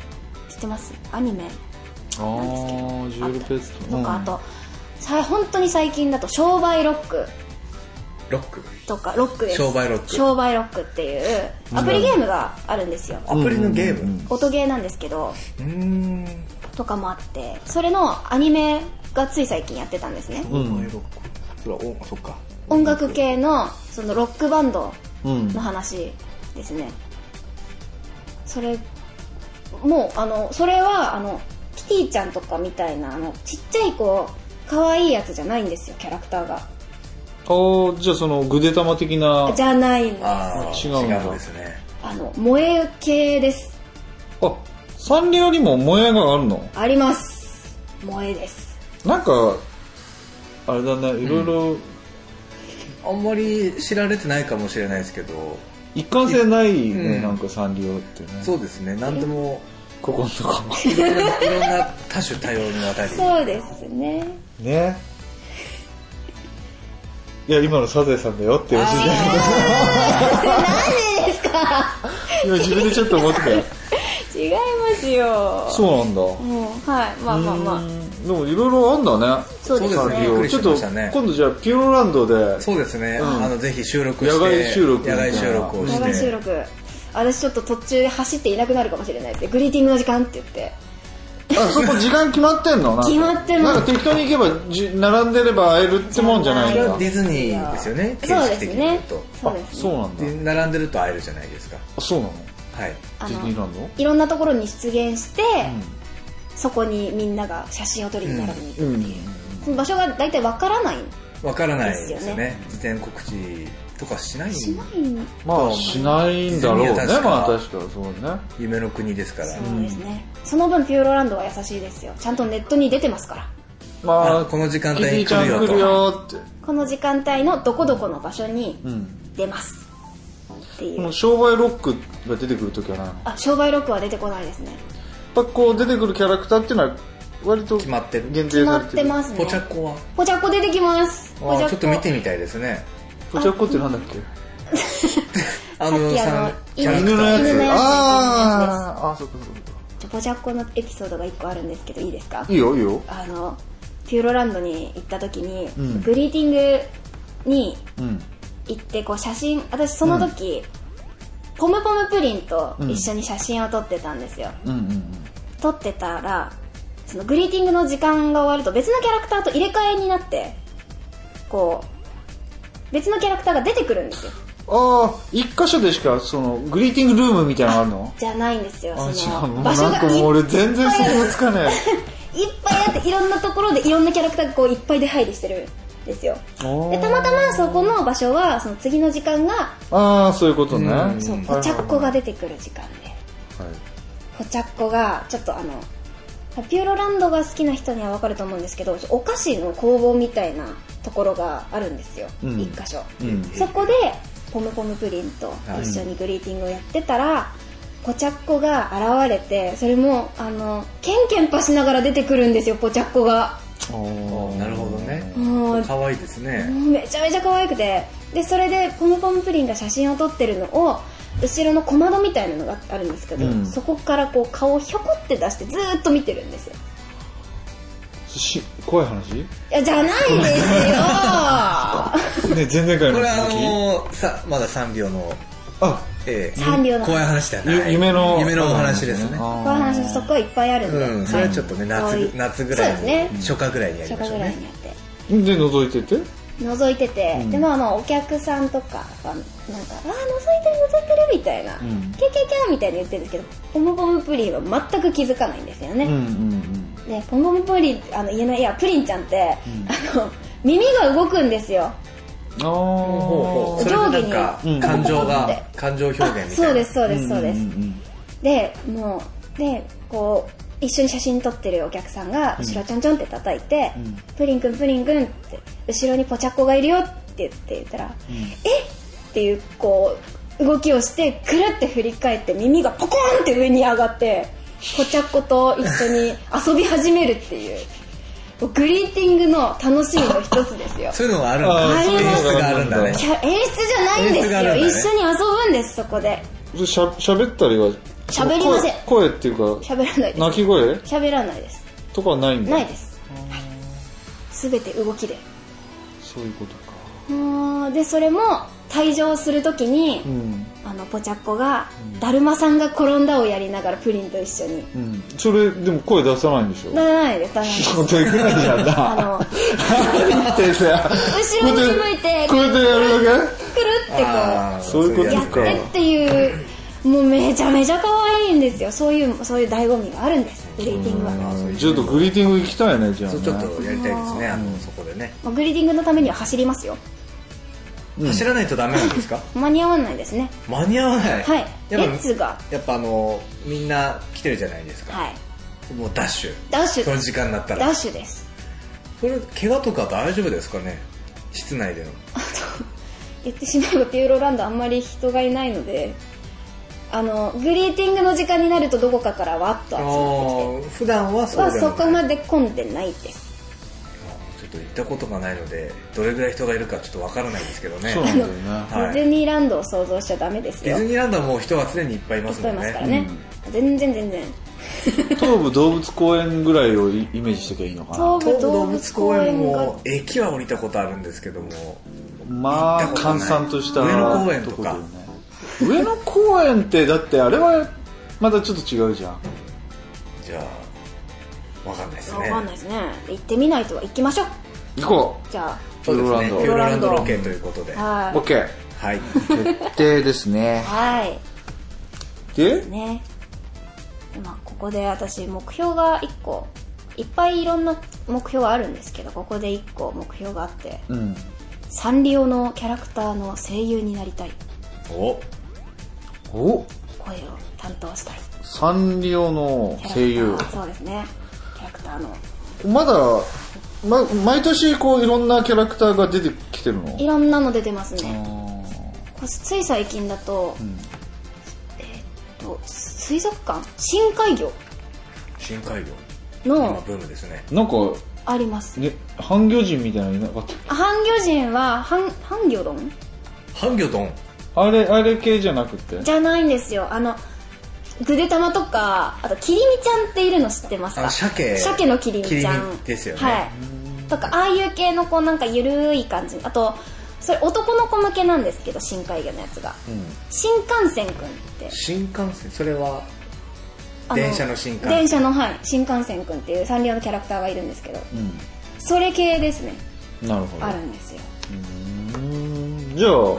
Speaker 2: 知ってますアニメ
Speaker 4: ああジュエルペット
Speaker 2: とかあと、さ本当に最近だと商売ロック
Speaker 5: ロック
Speaker 2: とかロックです
Speaker 5: 商売ロック
Speaker 2: 商売ロックっていうアプリゲームがあるんですよ、
Speaker 5: アプリのゲーム
Speaker 2: 音ゲーなんですけど
Speaker 5: うーん
Speaker 2: とかもあってそれのアニメがつい最近やってたんですね、
Speaker 5: 商売ロックそれはおそっか
Speaker 2: 音楽系のそのロックバンド
Speaker 4: うん
Speaker 2: の話ですね、それもうあのそれはあのキティちゃんとかみたいなあのちっちゃい子可愛いやつじゃないんですよキャラクターが
Speaker 4: あーじゃあそのぐで玉的な
Speaker 2: じゃないんです
Speaker 5: ああ
Speaker 4: 違うんだ
Speaker 5: ですね
Speaker 2: あの萌え系です
Speaker 4: あサンリオにも萌えがあるの
Speaker 2: あります萌えです
Speaker 4: なんかあれだねいろいろ
Speaker 5: あんまり知られてないかもしれないですけど
Speaker 4: 一貫性ないね、
Speaker 5: うん
Speaker 4: なんかサンリオってね
Speaker 5: そうですね何でも
Speaker 4: ここのとこ
Speaker 5: いろんないろんな多種多様にわたり
Speaker 2: そうですね
Speaker 4: ねいや今のサザエさんだよって教えてあげてなんでですかいや自分でちょっと思ってたよ
Speaker 2: 違いますよ
Speaker 4: そうなんだ
Speaker 2: もうはいまあまあまあ
Speaker 4: でもいろいろあんだね
Speaker 2: そうです
Speaker 5: そうですね
Speaker 4: サンリ
Speaker 5: びっく
Speaker 4: オ
Speaker 5: り
Speaker 4: ちょっ
Speaker 5: し
Speaker 4: と
Speaker 5: ましたね
Speaker 4: 今度じゃあピューロランドで
Speaker 5: そうですね、あのぜひ収録して
Speaker 4: 野外収録みた
Speaker 5: 野
Speaker 4: いな
Speaker 5: 外収録をし
Speaker 2: 野外収
Speaker 5: て
Speaker 2: 録私ちょっと途中で走っていなくなるかもしれないですねグリーティングの時間って言って
Speaker 4: あそこ時間決まってんのなんか
Speaker 2: 決まってます
Speaker 4: なんか適当に行けばじ並んでれば会えるってもんじゃないん
Speaker 5: それ
Speaker 4: だ
Speaker 5: はディズニーですよね形
Speaker 2: そうで
Speaker 5: 式
Speaker 2: す
Speaker 5: 的に言
Speaker 2: ね
Speaker 5: うと
Speaker 2: そうです
Speaker 4: そう
Speaker 2: ね
Speaker 4: なんだ
Speaker 5: で並んでると会えるじゃないですか
Speaker 4: あそうなの
Speaker 5: はい
Speaker 2: あ
Speaker 4: ディズニー
Speaker 2: の
Speaker 4: ランド
Speaker 2: いろんなところに出現して、そこにみんなが写真を撮りに並びに行くっていう、その場所が大体わからない
Speaker 5: わからないですよ
Speaker 2: ですよ
Speaker 5: ね事前告知とかしない
Speaker 2: しないん
Speaker 4: まあしないんだろうね
Speaker 5: ディズニーは確か
Speaker 4: まあ確かそうね
Speaker 5: 夢の国ですから
Speaker 2: そうですね、その分ピューロランドは優しいですよちゃんとネットに出てますから
Speaker 4: まあ
Speaker 5: あこの時間帯
Speaker 4: キテ
Speaker 5: に
Speaker 4: ィちゃん
Speaker 5: 来るよと
Speaker 4: 来るよって
Speaker 2: この時間帯のどこどこの場所に
Speaker 4: うん
Speaker 2: 出ます、ってい
Speaker 4: この
Speaker 2: う
Speaker 4: 商売ロックが出てくるときはなやっ
Speaker 2: あ商売ロックは出てこないですね
Speaker 4: ぱこう出てくるキャラクターっていうのは割と
Speaker 5: 決まってる
Speaker 4: 限
Speaker 2: 決
Speaker 4: 定
Speaker 2: ま
Speaker 4: され
Speaker 2: って
Speaker 4: る
Speaker 2: てますね
Speaker 5: ポチャッコは
Speaker 2: ポチャッコ出てきます
Speaker 5: あ
Speaker 2: ポチャッ
Speaker 5: ー
Speaker 2: コ
Speaker 5: ちょっと見てみたいですね
Speaker 4: ポチャッコってなんだっけ
Speaker 5: あ
Speaker 2: さっきあ
Speaker 5: さ
Speaker 2: の
Speaker 5: ん
Speaker 2: 犬
Speaker 5: キャラクタ
Speaker 4: 犬のや
Speaker 5: ー
Speaker 4: つ
Speaker 2: 犬のやつ
Speaker 4: あーあーそっかそっか
Speaker 2: ちょポチャッコのエピソードが1個あるんですけどいいですか
Speaker 4: いいよいいよ
Speaker 2: あのピューロランドに行った時に、
Speaker 4: うん
Speaker 2: グリーティングに
Speaker 4: うん
Speaker 2: 行ってこう写真私その時、ポムポムプリンと一緒に写真を撮ってたんですよ、
Speaker 4: うんうんうん
Speaker 2: 撮ってたらそのグリーティングの時間が終わると別のキャラクターと入れ替えになってこう別のキャラクターが出てくるんですよ
Speaker 4: ああ一箇所でしかそのグリーティングルームみたいなのあるの
Speaker 2: じゃないんですよそ
Speaker 4: あ違うも
Speaker 2: の
Speaker 4: う
Speaker 2: 場所
Speaker 4: なん
Speaker 2: が
Speaker 4: か
Speaker 2: い
Speaker 4: もう
Speaker 2: いっ
Speaker 4: 俺全然想像つかね
Speaker 2: ぱいあっていろんなところでいろんなキャラクターがこういっぱい出入りしてるんですよで
Speaker 4: え
Speaker 2: たまたまそこの場所はその次の時間が
Speaker 4: ああそういうことねはい
Speaker 2: そうポチャッコが出てくる時間でポチャッコがちょっとあのピューロランドが好きな人には分かると思うんですけどお菓子の工房みたいなところがあるんですよ、
Speaker 4: うん
Speaker 2: 一箇所、
Speaker 4: うん
Speaker 2: そこでポムポムプリンと一緒にグリーティングをやってたらポチャッコが現れてそれもあのケンケンパしながら出てくるんですよポチャッコが
Speaker 5: あーなるほどね
Speaker 2: もう
Speaker 5: 可愛いですね
Speaker 2: もうめちゃめちゃ可愛くてでそれでポムポムプリンが写真を撮ってるのを後ろの小窓みたいなのがあるんですけど、
Speaker 4: うん
Speaker 2: そこからこう顔をひょこって出してずーっと見てるんですよ
Speaker 4: し怖い話ね
Speaker 2: いやじゃないです
Speaker 4: 全然変
Speaker 5: こ
Speaker 4: え
Speaker 5: れあ
Speaker 4: ない続き
Speaker 5: のーさまだ3秒の
Speaker 4: あ
Speaker 5: ええ
Speaker 2: よ三秒の
Speaker 5: 怖い話だね
Speaker 4: ゆ夢の
Speaker 5: 夢のお話ですね
Speaker 2: こういう話もそこはいっぱいあるんで、
Speaker 5: うんそれはちょっとね夏
Speaker 2: はい
Speaker 5: 夏ぐらい
Speaker 2: そう
Speaker 5: に
Speaker 2: ですね
Speaker 5: 初夏ぐらいにやり
Speaker 2: 初
Speaker 5: ましょ
Speaker 2: 夏ぐ
Speaker 5: う
Speaker 2: らい
Speaker 5: ね
Speaker 2: にやって
Speaker 4: で覗いてて
Speaker 2: 覗いてて、でまあまあお客さんとかがなんか「あー覗いてる覗いてる」みたいな「
Speaker 4: ん
Speaker 2: キャキャキャ」みたいに言ってるんですけどポムポムプリンは全く気づかないんですよね、
Speaker 4: うんうん
Speaker 2: ね、ポンポンプリンあの言えないいやプリンちゃんって、あの耳が動くんですよ
Speaker 4: うんああ
Speaker 5: それでなんか
Speaker 2: 上下に
Speaker 5: 感情
Speaker 2: うん
Speaker 5: が感情表現みたいな
Speaker 2: そうですそうですそうです、
Speaker 4: んうん
Speaker 2: でもうでこう一緒に写真撮ってるお客さんが後ろちょんちょんって叩いて「プリンくんプリンくん」って後ろにポチャッコがいるよって言って言ったら「えっ!」ていうこう動きをしてくるって振り返って耳がポコーンって上に上がってポチャッコと一緒に遊び始めるっていうもうグリーティングの楽しみの一つですよ
Speaker 5: そういうのがあるんだ
Speaker 4: あ
Speaker 2: ー
Speaker 5: 演出があるんだね
Speaker 2: いや演出じゃないん
Speaker 5: 演
Speaker 2: です
Speaker 5: 出が
Speaker 2: よ、
Speaker 5: あるんだね
Speaker 2: 一緒に遊ぶんですそこで
Speaker 4: それしゃしゃべったりは
Speaker 2: 喋りません
Speaker 4: 声声っていうか
Speaker 2: 喋らないです
Speaker 4: 泣き声
Speaker 2: 喋らないです
Speaker 4: とかはないんだ
Speaker 2: ないです、はい、全て動きで
Speaker 4: そういうことか
Speaker 2: もうでそれも退場するときに、
Speaker 4: うん
Speaker 2: あのポチャッコが、だるまさんが転んだをやりながらプリンと一緒に
Speaker 4: うんそれでも声出さないんでしょ
Speaker 2: だないですだないです
Speaker 4: 本当にくらいじゃんな
Speaker 2: あの
Speaker 4: 何ってさ
Speaker 2: 後ろ向いて
Speaker 4: こうやっ
Speaker 2: くる
Speaker 4: てやるだ
Speaker 2: ってこ
Speaker 5: あー
Speaker 4: そういうこと
Speaker 2: うや
Speaker 5: や
Speaker 2: っ
Speaker 5: つ
Speaker 4: か
Speaker 5: ね
Speaker 2: てっていうもうめちゃめちゃ可愛いんですよそういうそういう醍醐味があるんですグリーティングは
Speaker 5: あーそういう
Speaker 4: けちょっとグリーティング行きたいねじゃあ
Speaker 5: そう
Speaker 4: ね
Speaker 5: ちょっとやりたいですねあのそこでね
Speaker 2: もうグリーティングのためには走りますよ
Speaker 5: 走らないとダメなんですか
Speaker 2: 間に合わないですね
Speaker 5: 間に合わない
Speaker 2: はいレ
Speaker 5: やっ
Speaker 2: ッツが
Speaker 5: ぱやっぱあのみんな来てるじゃないですか
Speaker 2: はい
Speaker 5: もうダッシュ
Speaker 2: ダッシュ
Speaker 5: その時間になった
Speaker 2: ダッ
Speaker 5: ら
Speaker 2: シュです
Speaker 5: それ怪我とか大丈夫ですかね室内での
Speaker 2: あと言ってしまえばピューロランドあんまり人がいないのであのグリーティングの時間になるとどこかからわっと集まってきて
Speaker 5: ああ普段はそう
Speaker 2: は
Speaker 5: でも
Speaker 2: そこ
Speaker 5: な
Speaker 2: ま
Speaker 5: い
Speaker 2: で混んでないです。
Speaker 5: ちょっと行ったことがないのでどれぐらい人がいるかちょっとわからないんですけどね
Speaker 4: そうなんだよね
Speaker 5: はい
Speaker 2: ディズニーランドを想像しちゃダメです
Speaker 5: ディ
Speaker 2: よ。
Speaker 5: ズ
Speaker 2: いっ
Speaker 5: ニーランドはもう人は常にいっぱいいます
Speaker 2: ぱ
Speaker 5: も
Speaker 2: いい
Speaker 5: ん
Speaker 2: ますから
Speaker 5: ね
Speaker 2: ね。全然全然。
Speaker 4: 東武動物公園ぐらいをイメージしときゃいいのか
Speaker 2: 東
Speaker 4: な
Speaker 5: 東
Speaker 2: 武
Speaker 5: 武動
Speaker 2: 動
Speaker 5: 物
Speaker 2: 物
Speaker 5: 公
Speaker 2: 公
Speaker 5: 園
Speaker 2: 園が
Speaker 5: も駅は降りたことあるんですけども
Speaker 4: まあ閑散とした
Speaker 5: 上野公園とか
Speaker 4: こだよね上野公園ってだってあれはまたちょっと違うじゃん
Speaker 5: じゃあわかんないです
Speaker 2: わ
Speaker 5: ね
Speaker 2: かんないですね。行ってみないとは行きましょう。
Speaker 4: 行こ
Speaker 2: じゃ
Speaker 5: そうですねピ
Speaker 4: ピ
Speaker 5: ュー
Speaker 4: ュー
Speaker 5: ロ
Speaker 2: ロ
Speaker 5: ラ
Speaker 2: ラ
Speaker 5: ン
Speaker 2: ン
Speaker 5: ド
Speaker 2: ド
Speaker 5: ロケということで
Speaker 2: あ。
Speaker 5: は
Speaker 4: う
Speaker 2: は
Speaker 4: OK
Speaker 5: い
Speaker 4: 決定ですね
Speaker 2: い。は
Speaker 4: で
Speaker 2: い。ね。今ここで私目標が1個、いっぱいいろんな目標があるんですけど、ここで1個目標があって、
Speaker 4: うん
Speaker 2: サンリオのキャラクターの声優になりたい。
Speaker 5: お
Speaker 4: お
Speaker 2: 声を担当したい。
Speaker 4: サンリオの
Speaker 2: キャラクター
Speaker 4: 声優
Speaker 2: そうですね。キャラクターの。
Speaker 4: まだま毎年こういろんなキャラクターが出てきてるの
Speaker 2: いろんなの出てますね。
Speaker 4: あ
Speaker 2: これつい最近だと、えーっと水族館深海魚
Speaker 5: 深海魚今
Speaker 2: の
Speaker 5: ブームですね
Speaker 4: ーなんか
Speaker 2: あります
Speaker 4: ね半魚人みたいなのいなかった
Speaker 2: 半魚人は半半魚丼
Speaker 5: ハンギョドン
Speaker 4: あれあれ系じゃなくて
Speaker 2: じゃないんですよあのぐでたまとかあとキリミちゃんっているの知ってます
Speaker 5: あの
Speaker 2: か
Speaker 5: 鮭
Speaker 2: 鮭のキリミちゃ
Speaker 5: 切
Speaker 2: ん
Speaker 5: り身ですよね
Speaker 2: はいとかああいう系のこうなんかゆるい感じあとそれ男の子向けなんですけど深海魚のやつが、新幹線くんって
Speaker 5: 新幹線それは
Speaker 2: あ
Speaker 5: 電車の新幹線
Speaker 2: 電車のはい新幹線くんっていうサンリオのキャラクターがいるんですけど、それ系ですね
Speaker 4: うんなるほど
Speaker 2: あるんですよ
Speaker 4: じゃあ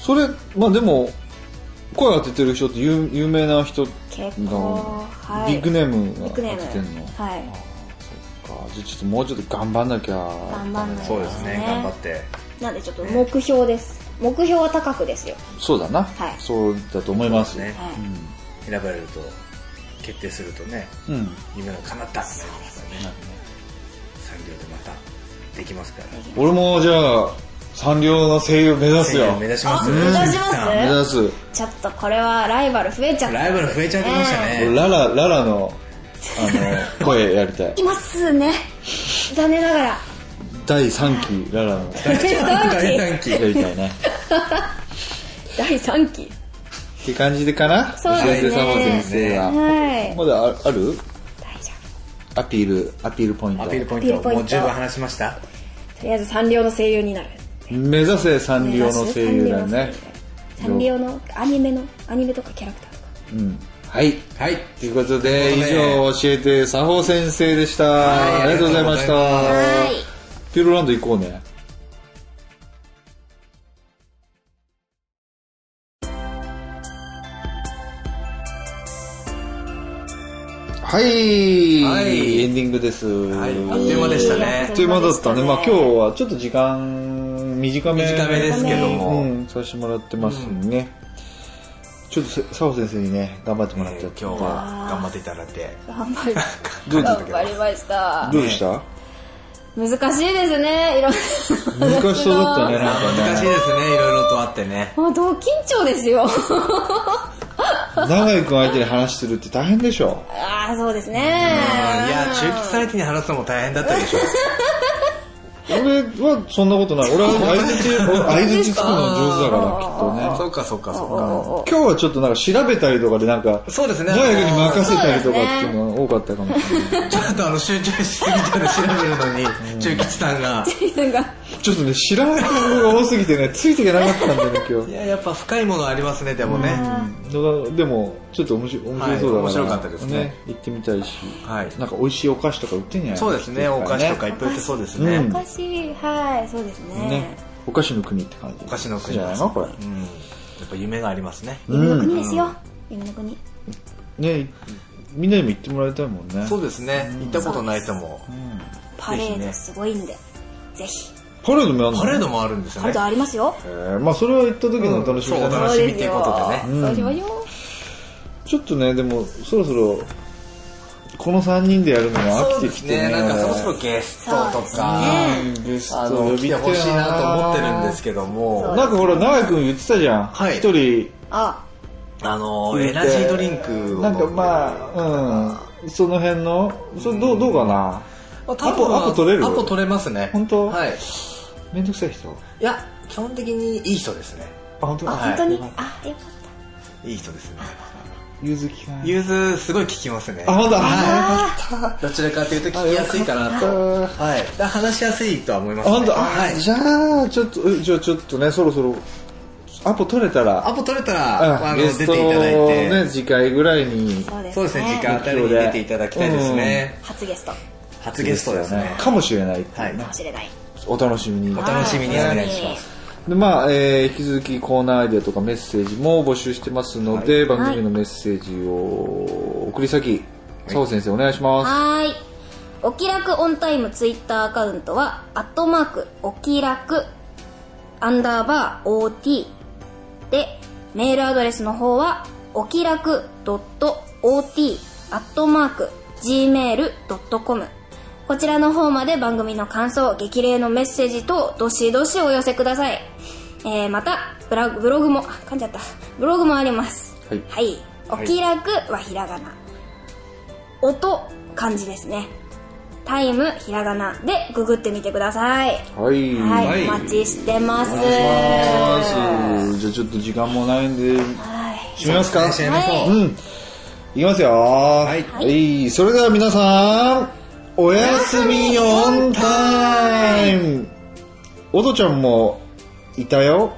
Speaker 4: それまあでも声当ててる人って有有名な人が
Speaker 2: 結構はい
Speaker 4: ビッグネームが
Speaker 2: ビッ
Speaker 4: 当て
Speaker 2: グ
Speaker 4: て
Speaker 2: ネ
Speaker 4: ん
Speaker 2: ーム
Speaker 4: の、
Speaker 2: はい
Speaker 4: かじゃあちょっともうちょっと頑張んなきゃ
Speaker 2: 頑張んない
Speaker 5: そうですね頑張って
Speaker 2: なんでちょっと目標です目標は高くですよ
Speaker 4: そうだな、
Speaker 2: はい
Speaker 4: そうだと思います
Speaker 5: ね
Speaker 2: はい、
Speaker 5: 選ばれると決定するとね
Speaker 4: うん
Speaker 5: 夢が叶ったそうですね産業でまたできますから
Speaker 4: 俺もじゃあサンリオの声優目指すよ
Speaker 5: 目指します
Speaker 2: あ目指します
Speaker 5: さ
Speaker 4: 目指す
Speaker 2: ちょっとこれはライバル増えちゃ
Speaker 5: あ
Speaker 2: った
Speaker 5: ライバル増えちゃってました
Speaker 2: ね
Speaker 5: ね
Speaker 4: 俺ララララのあ の声やりたい
Speaker 2: いますね残念ながら
Speaker 4: 第3期ララ の
Speaker 5: 大短期
Speaker 4: やりたいね
Speaker 2: 第3期
Speaker 4: って感じでかな
Speaker 2: そうですね
Speaker 4: 教えてさま先生は、
Speaker 2: はい
Speaker 4: まだあある
Speaker 2: 大丈
Speaker 4: アピールアピールポイント
Speaker 5: アピールポイ
Speaker 2: アピー
Speaker 5: ント
Speaker 2: ルポイント
Speaker 5: もう十分話しました
Speaker 2: 夫とりあえずサンリオの声優になる
Speaker 4: 目指せサンリオの声優だよね
Speaker 2: サンリオのアニメのアニメとかキャラクターとか
Speaker 4: うんはい
Speaker 5: はい
Speaker 4: ということで
Speaker 5: ということ
Speaker 4: 以
Speaker 5: で
Speaker 4: 上教えて佐保先生でした、
Speaker 5: はい
Speaker 4: ありがとうございました
Speaker 5: あり
Speaker 6: はい。
Speaker 4: ピューロランド行こうねはい、
Speaker 5: はい
Speaker 4: エンディングです、
Speaker 5: はいあっという間でしたね
Speaker 4: あ っという間だったね。まあ今日
Speaker 2: 日
Speaker 4: はちょっと時間短め
Speaker 5: 短めですけども
Speaker 4: うん、させてもらってますね。ちょっとせ澤先生にね、頑張ってもらっ
Speaker 5: えー
Speaker 4: ちゃ
Speaker 5: 今
Speaker 4: って。
Speaker 5: 日は頑張っていただいて
Speaker 2: 頑張りました
Speaker 4: どうでした
Speaker 2: 頑張りました
Speaker 4: どうでした
Speaker 2: 難しいですねいろんな
Speaker 4: 難しそうだったね、なんか
Speaker 5: 難しい
Speaker 4: ね。
Speaker 5: ですねいろいろとあってね
Speaker 2: もう同緊張ですよ
Speaker 4: 長井くん相手に話するって大変でしょ。
Speaker 2: ああそうですね
Speaker 5: うんいや中吉さん相手に話すのも大変だったでしょ
Speaker 4: 俺はそんなことない。俺は相槌、相槌つくの上手だから、きっとね。
Speaker 5: そっかそっかそっ
Speaker 6: お
Speaker 5: か。
Speaker 6: おお
Speaker 4: 今日はちょっとなんか調べたりとかでなんか、
Speaker 5: そうですね。
Speaker 4: 大学に
Speaker 5: あの
Speaker 4: 任せたりとかっていうのが多かったかもしれない。
Speaker 5: ちょっとあの集中しすぎちゃって調べるのに、中吉さん が。
Speaker 6: なんか
Speaker 4: ちょっとね、知らない単語が多すぎてね、ついていけなかったんだよね、今
Speaker 5: い
Speaker 4: 日。
Speaker 5: や、やっぱ深いものありますね、でもね。
Speaker 4: だからでも、ちょっと面白面白そうだから、
Speaker 5: はい面白かったですね
Speaker 4: 行ってみたいし、
Speaker 5: はい
Speaker 4: なんか美味しいお菓子とか売ってんじゃない
Speaker 5: そうですね、お菓子とかいっぱい売ってそうですね。
Speaker 4: うん
Speaker 6: おかしいはいそうですね
Speaker 4: ね。お菓子の国って感じ。
Speaker 5: お菓子の国
Speaker 4: じゃないのこれ。
Speaker 5: うん。やっぱ夢がありますね。
Speaker 6: 夢の国ですよ夢の国
Speaker 4: ね、みんなにも行ってもらいたいもんね。
Speaker 5: そうですね、行ったことない人も。
Speaker 6: パレ
Speaker 5: ぜひ
Speaker 6: ード
Speaker 5: ね
Speaker 6: すごいんでぜひ
Speaker 4: パレードもやんの
Speaker 5: パレードもあるんですよ
Speaker 6: パレ
Speaker 5: ね
Speaker 6: ード。ありますよ
Speaker 4: えーまあそれは行った時のお楽しみだ
Speaker 5: うんそう
Speaker 4: ね
Speaker 5: お。楽しみっていうことでね
Speaker 6: そうしましょ
Speaker 4: ちょっとね、でも、そろそろ、この3人でやるのも飽
Speaker 5: そう
Speaker 4: き
Speaker 5: で
Speaker 4: てき
Speaker 5: す
Speaker 4: てね。
Speaker 5: ね、なんかそろそろゲストとか、
Speaker 4: ゲス
Speaker 5: あ
Speaker 4: ト呼
Speaker 5: の、
Speaker 4: び
Speaker 5: 来
Speaker 4: たい
Speaker 5: てほしいなと思ってるんですけども、
Speaker 4: なんかほら、長井くん言ってたじゃん。
Speaker 5: はい
Speaker 4: 一人、
Speaker 6: うあ
Speaker 5: あの、エナジードリンクを。
Speaker 4: なんかまあ、うん、その辺の、それどう、どうかな。
Speaker 5: あ、ア
Speaker 4: アポアポ取れる
Speaker 5: アポ取れますね。
Speaker 4: 本当
Speaker 5: はい。
Speaker 4: めんどくさい人。
Speaker 5: いや、基本的にいい人ですね。
Speaker 4: あ、本当
Speaker 5: は
Speaker 4: だ。
Speaker 5: い
Speaker 6: 本当にあよかっ
Speaker 5: いい人ですね。
Speaker 4: ゆずきか
Speaker 5: 融通すごい聞きますね。
Speaker 4: あ、本当だ。あ
Speaker 5: どちらかというと聞きやすいかなと。
Speaker 4: ー
Speaker 5: はい。だから話しやすいとは思いま
Speaker 4: あ、
Speaker 5: すね。
Speaker 4: 本当だ。
Speaker 5: は
Speaker 4: あ
Speaker 5: い。
Speaker 4: じゃあ、ちょっと、えじゃあちょっとね、そろそろ、アポ取れたら、
Speaker 5: アポ取れた
Speaker 4: うん
Speaker 5: ら、あの、
Speaker 4: ゲ
Speaker 5: 出て
Speaker 4: ス
Speaker 5: い
Speaker 4: ト
Speaker 5: ただいて。
Speaker 4: ね、次回ぐらいに、
Speaker 6: たそうですね
Speaker 5: そうですね、時間あたりに出ていただきたいですね。
Speaker 6: 初ゲストか
Speaker 5: 初ゲストですね。
Speaker 4: かもしれない。
Speaker 5: はい。
Speaker 6: もしれない
Speaker 4: お楽しみに。
Speaker 5: お楽しみにお願いします。
Speaker 4: でまあえー引き続きコーナーアイデアとかメッセージも募集してますので、番組のメッセージを送り先、澤先生お願いします。
Speaker 6: はーい。お気楽オンタイムツイッターアカウントは、アットマーク、お気楽、アンダーバー OT で、メールアドレスの方は、お気楽 .ot、アットマーク、gmail.com。こちらの方まで番組の感想、激励のメッセージ等、どしどしお寄せください。えー、またブラ、ブログも、あ噛んじゃった。ブログもあります。
Speaker 4: はい
Speaker 6: はい。お気楽はひらがな。音漢字ですねタイムひらがなでググってみてください
Speaker 4: はい。
Speaker 6: はい、
Speaker 5: はい
Speaker 6: お待ちしてます
Speaker 4: お願いします。じゃあちょっと時間もないんで、
Speaker 6: はい
Speaker 4: 締めますか
Speaker 5: はい締めましょう
Speaker 6: はい
Speaker 4: うん。いきますよ。はいい。それでは皆さん、おやすみオンタイムおとちゃんもいたよ。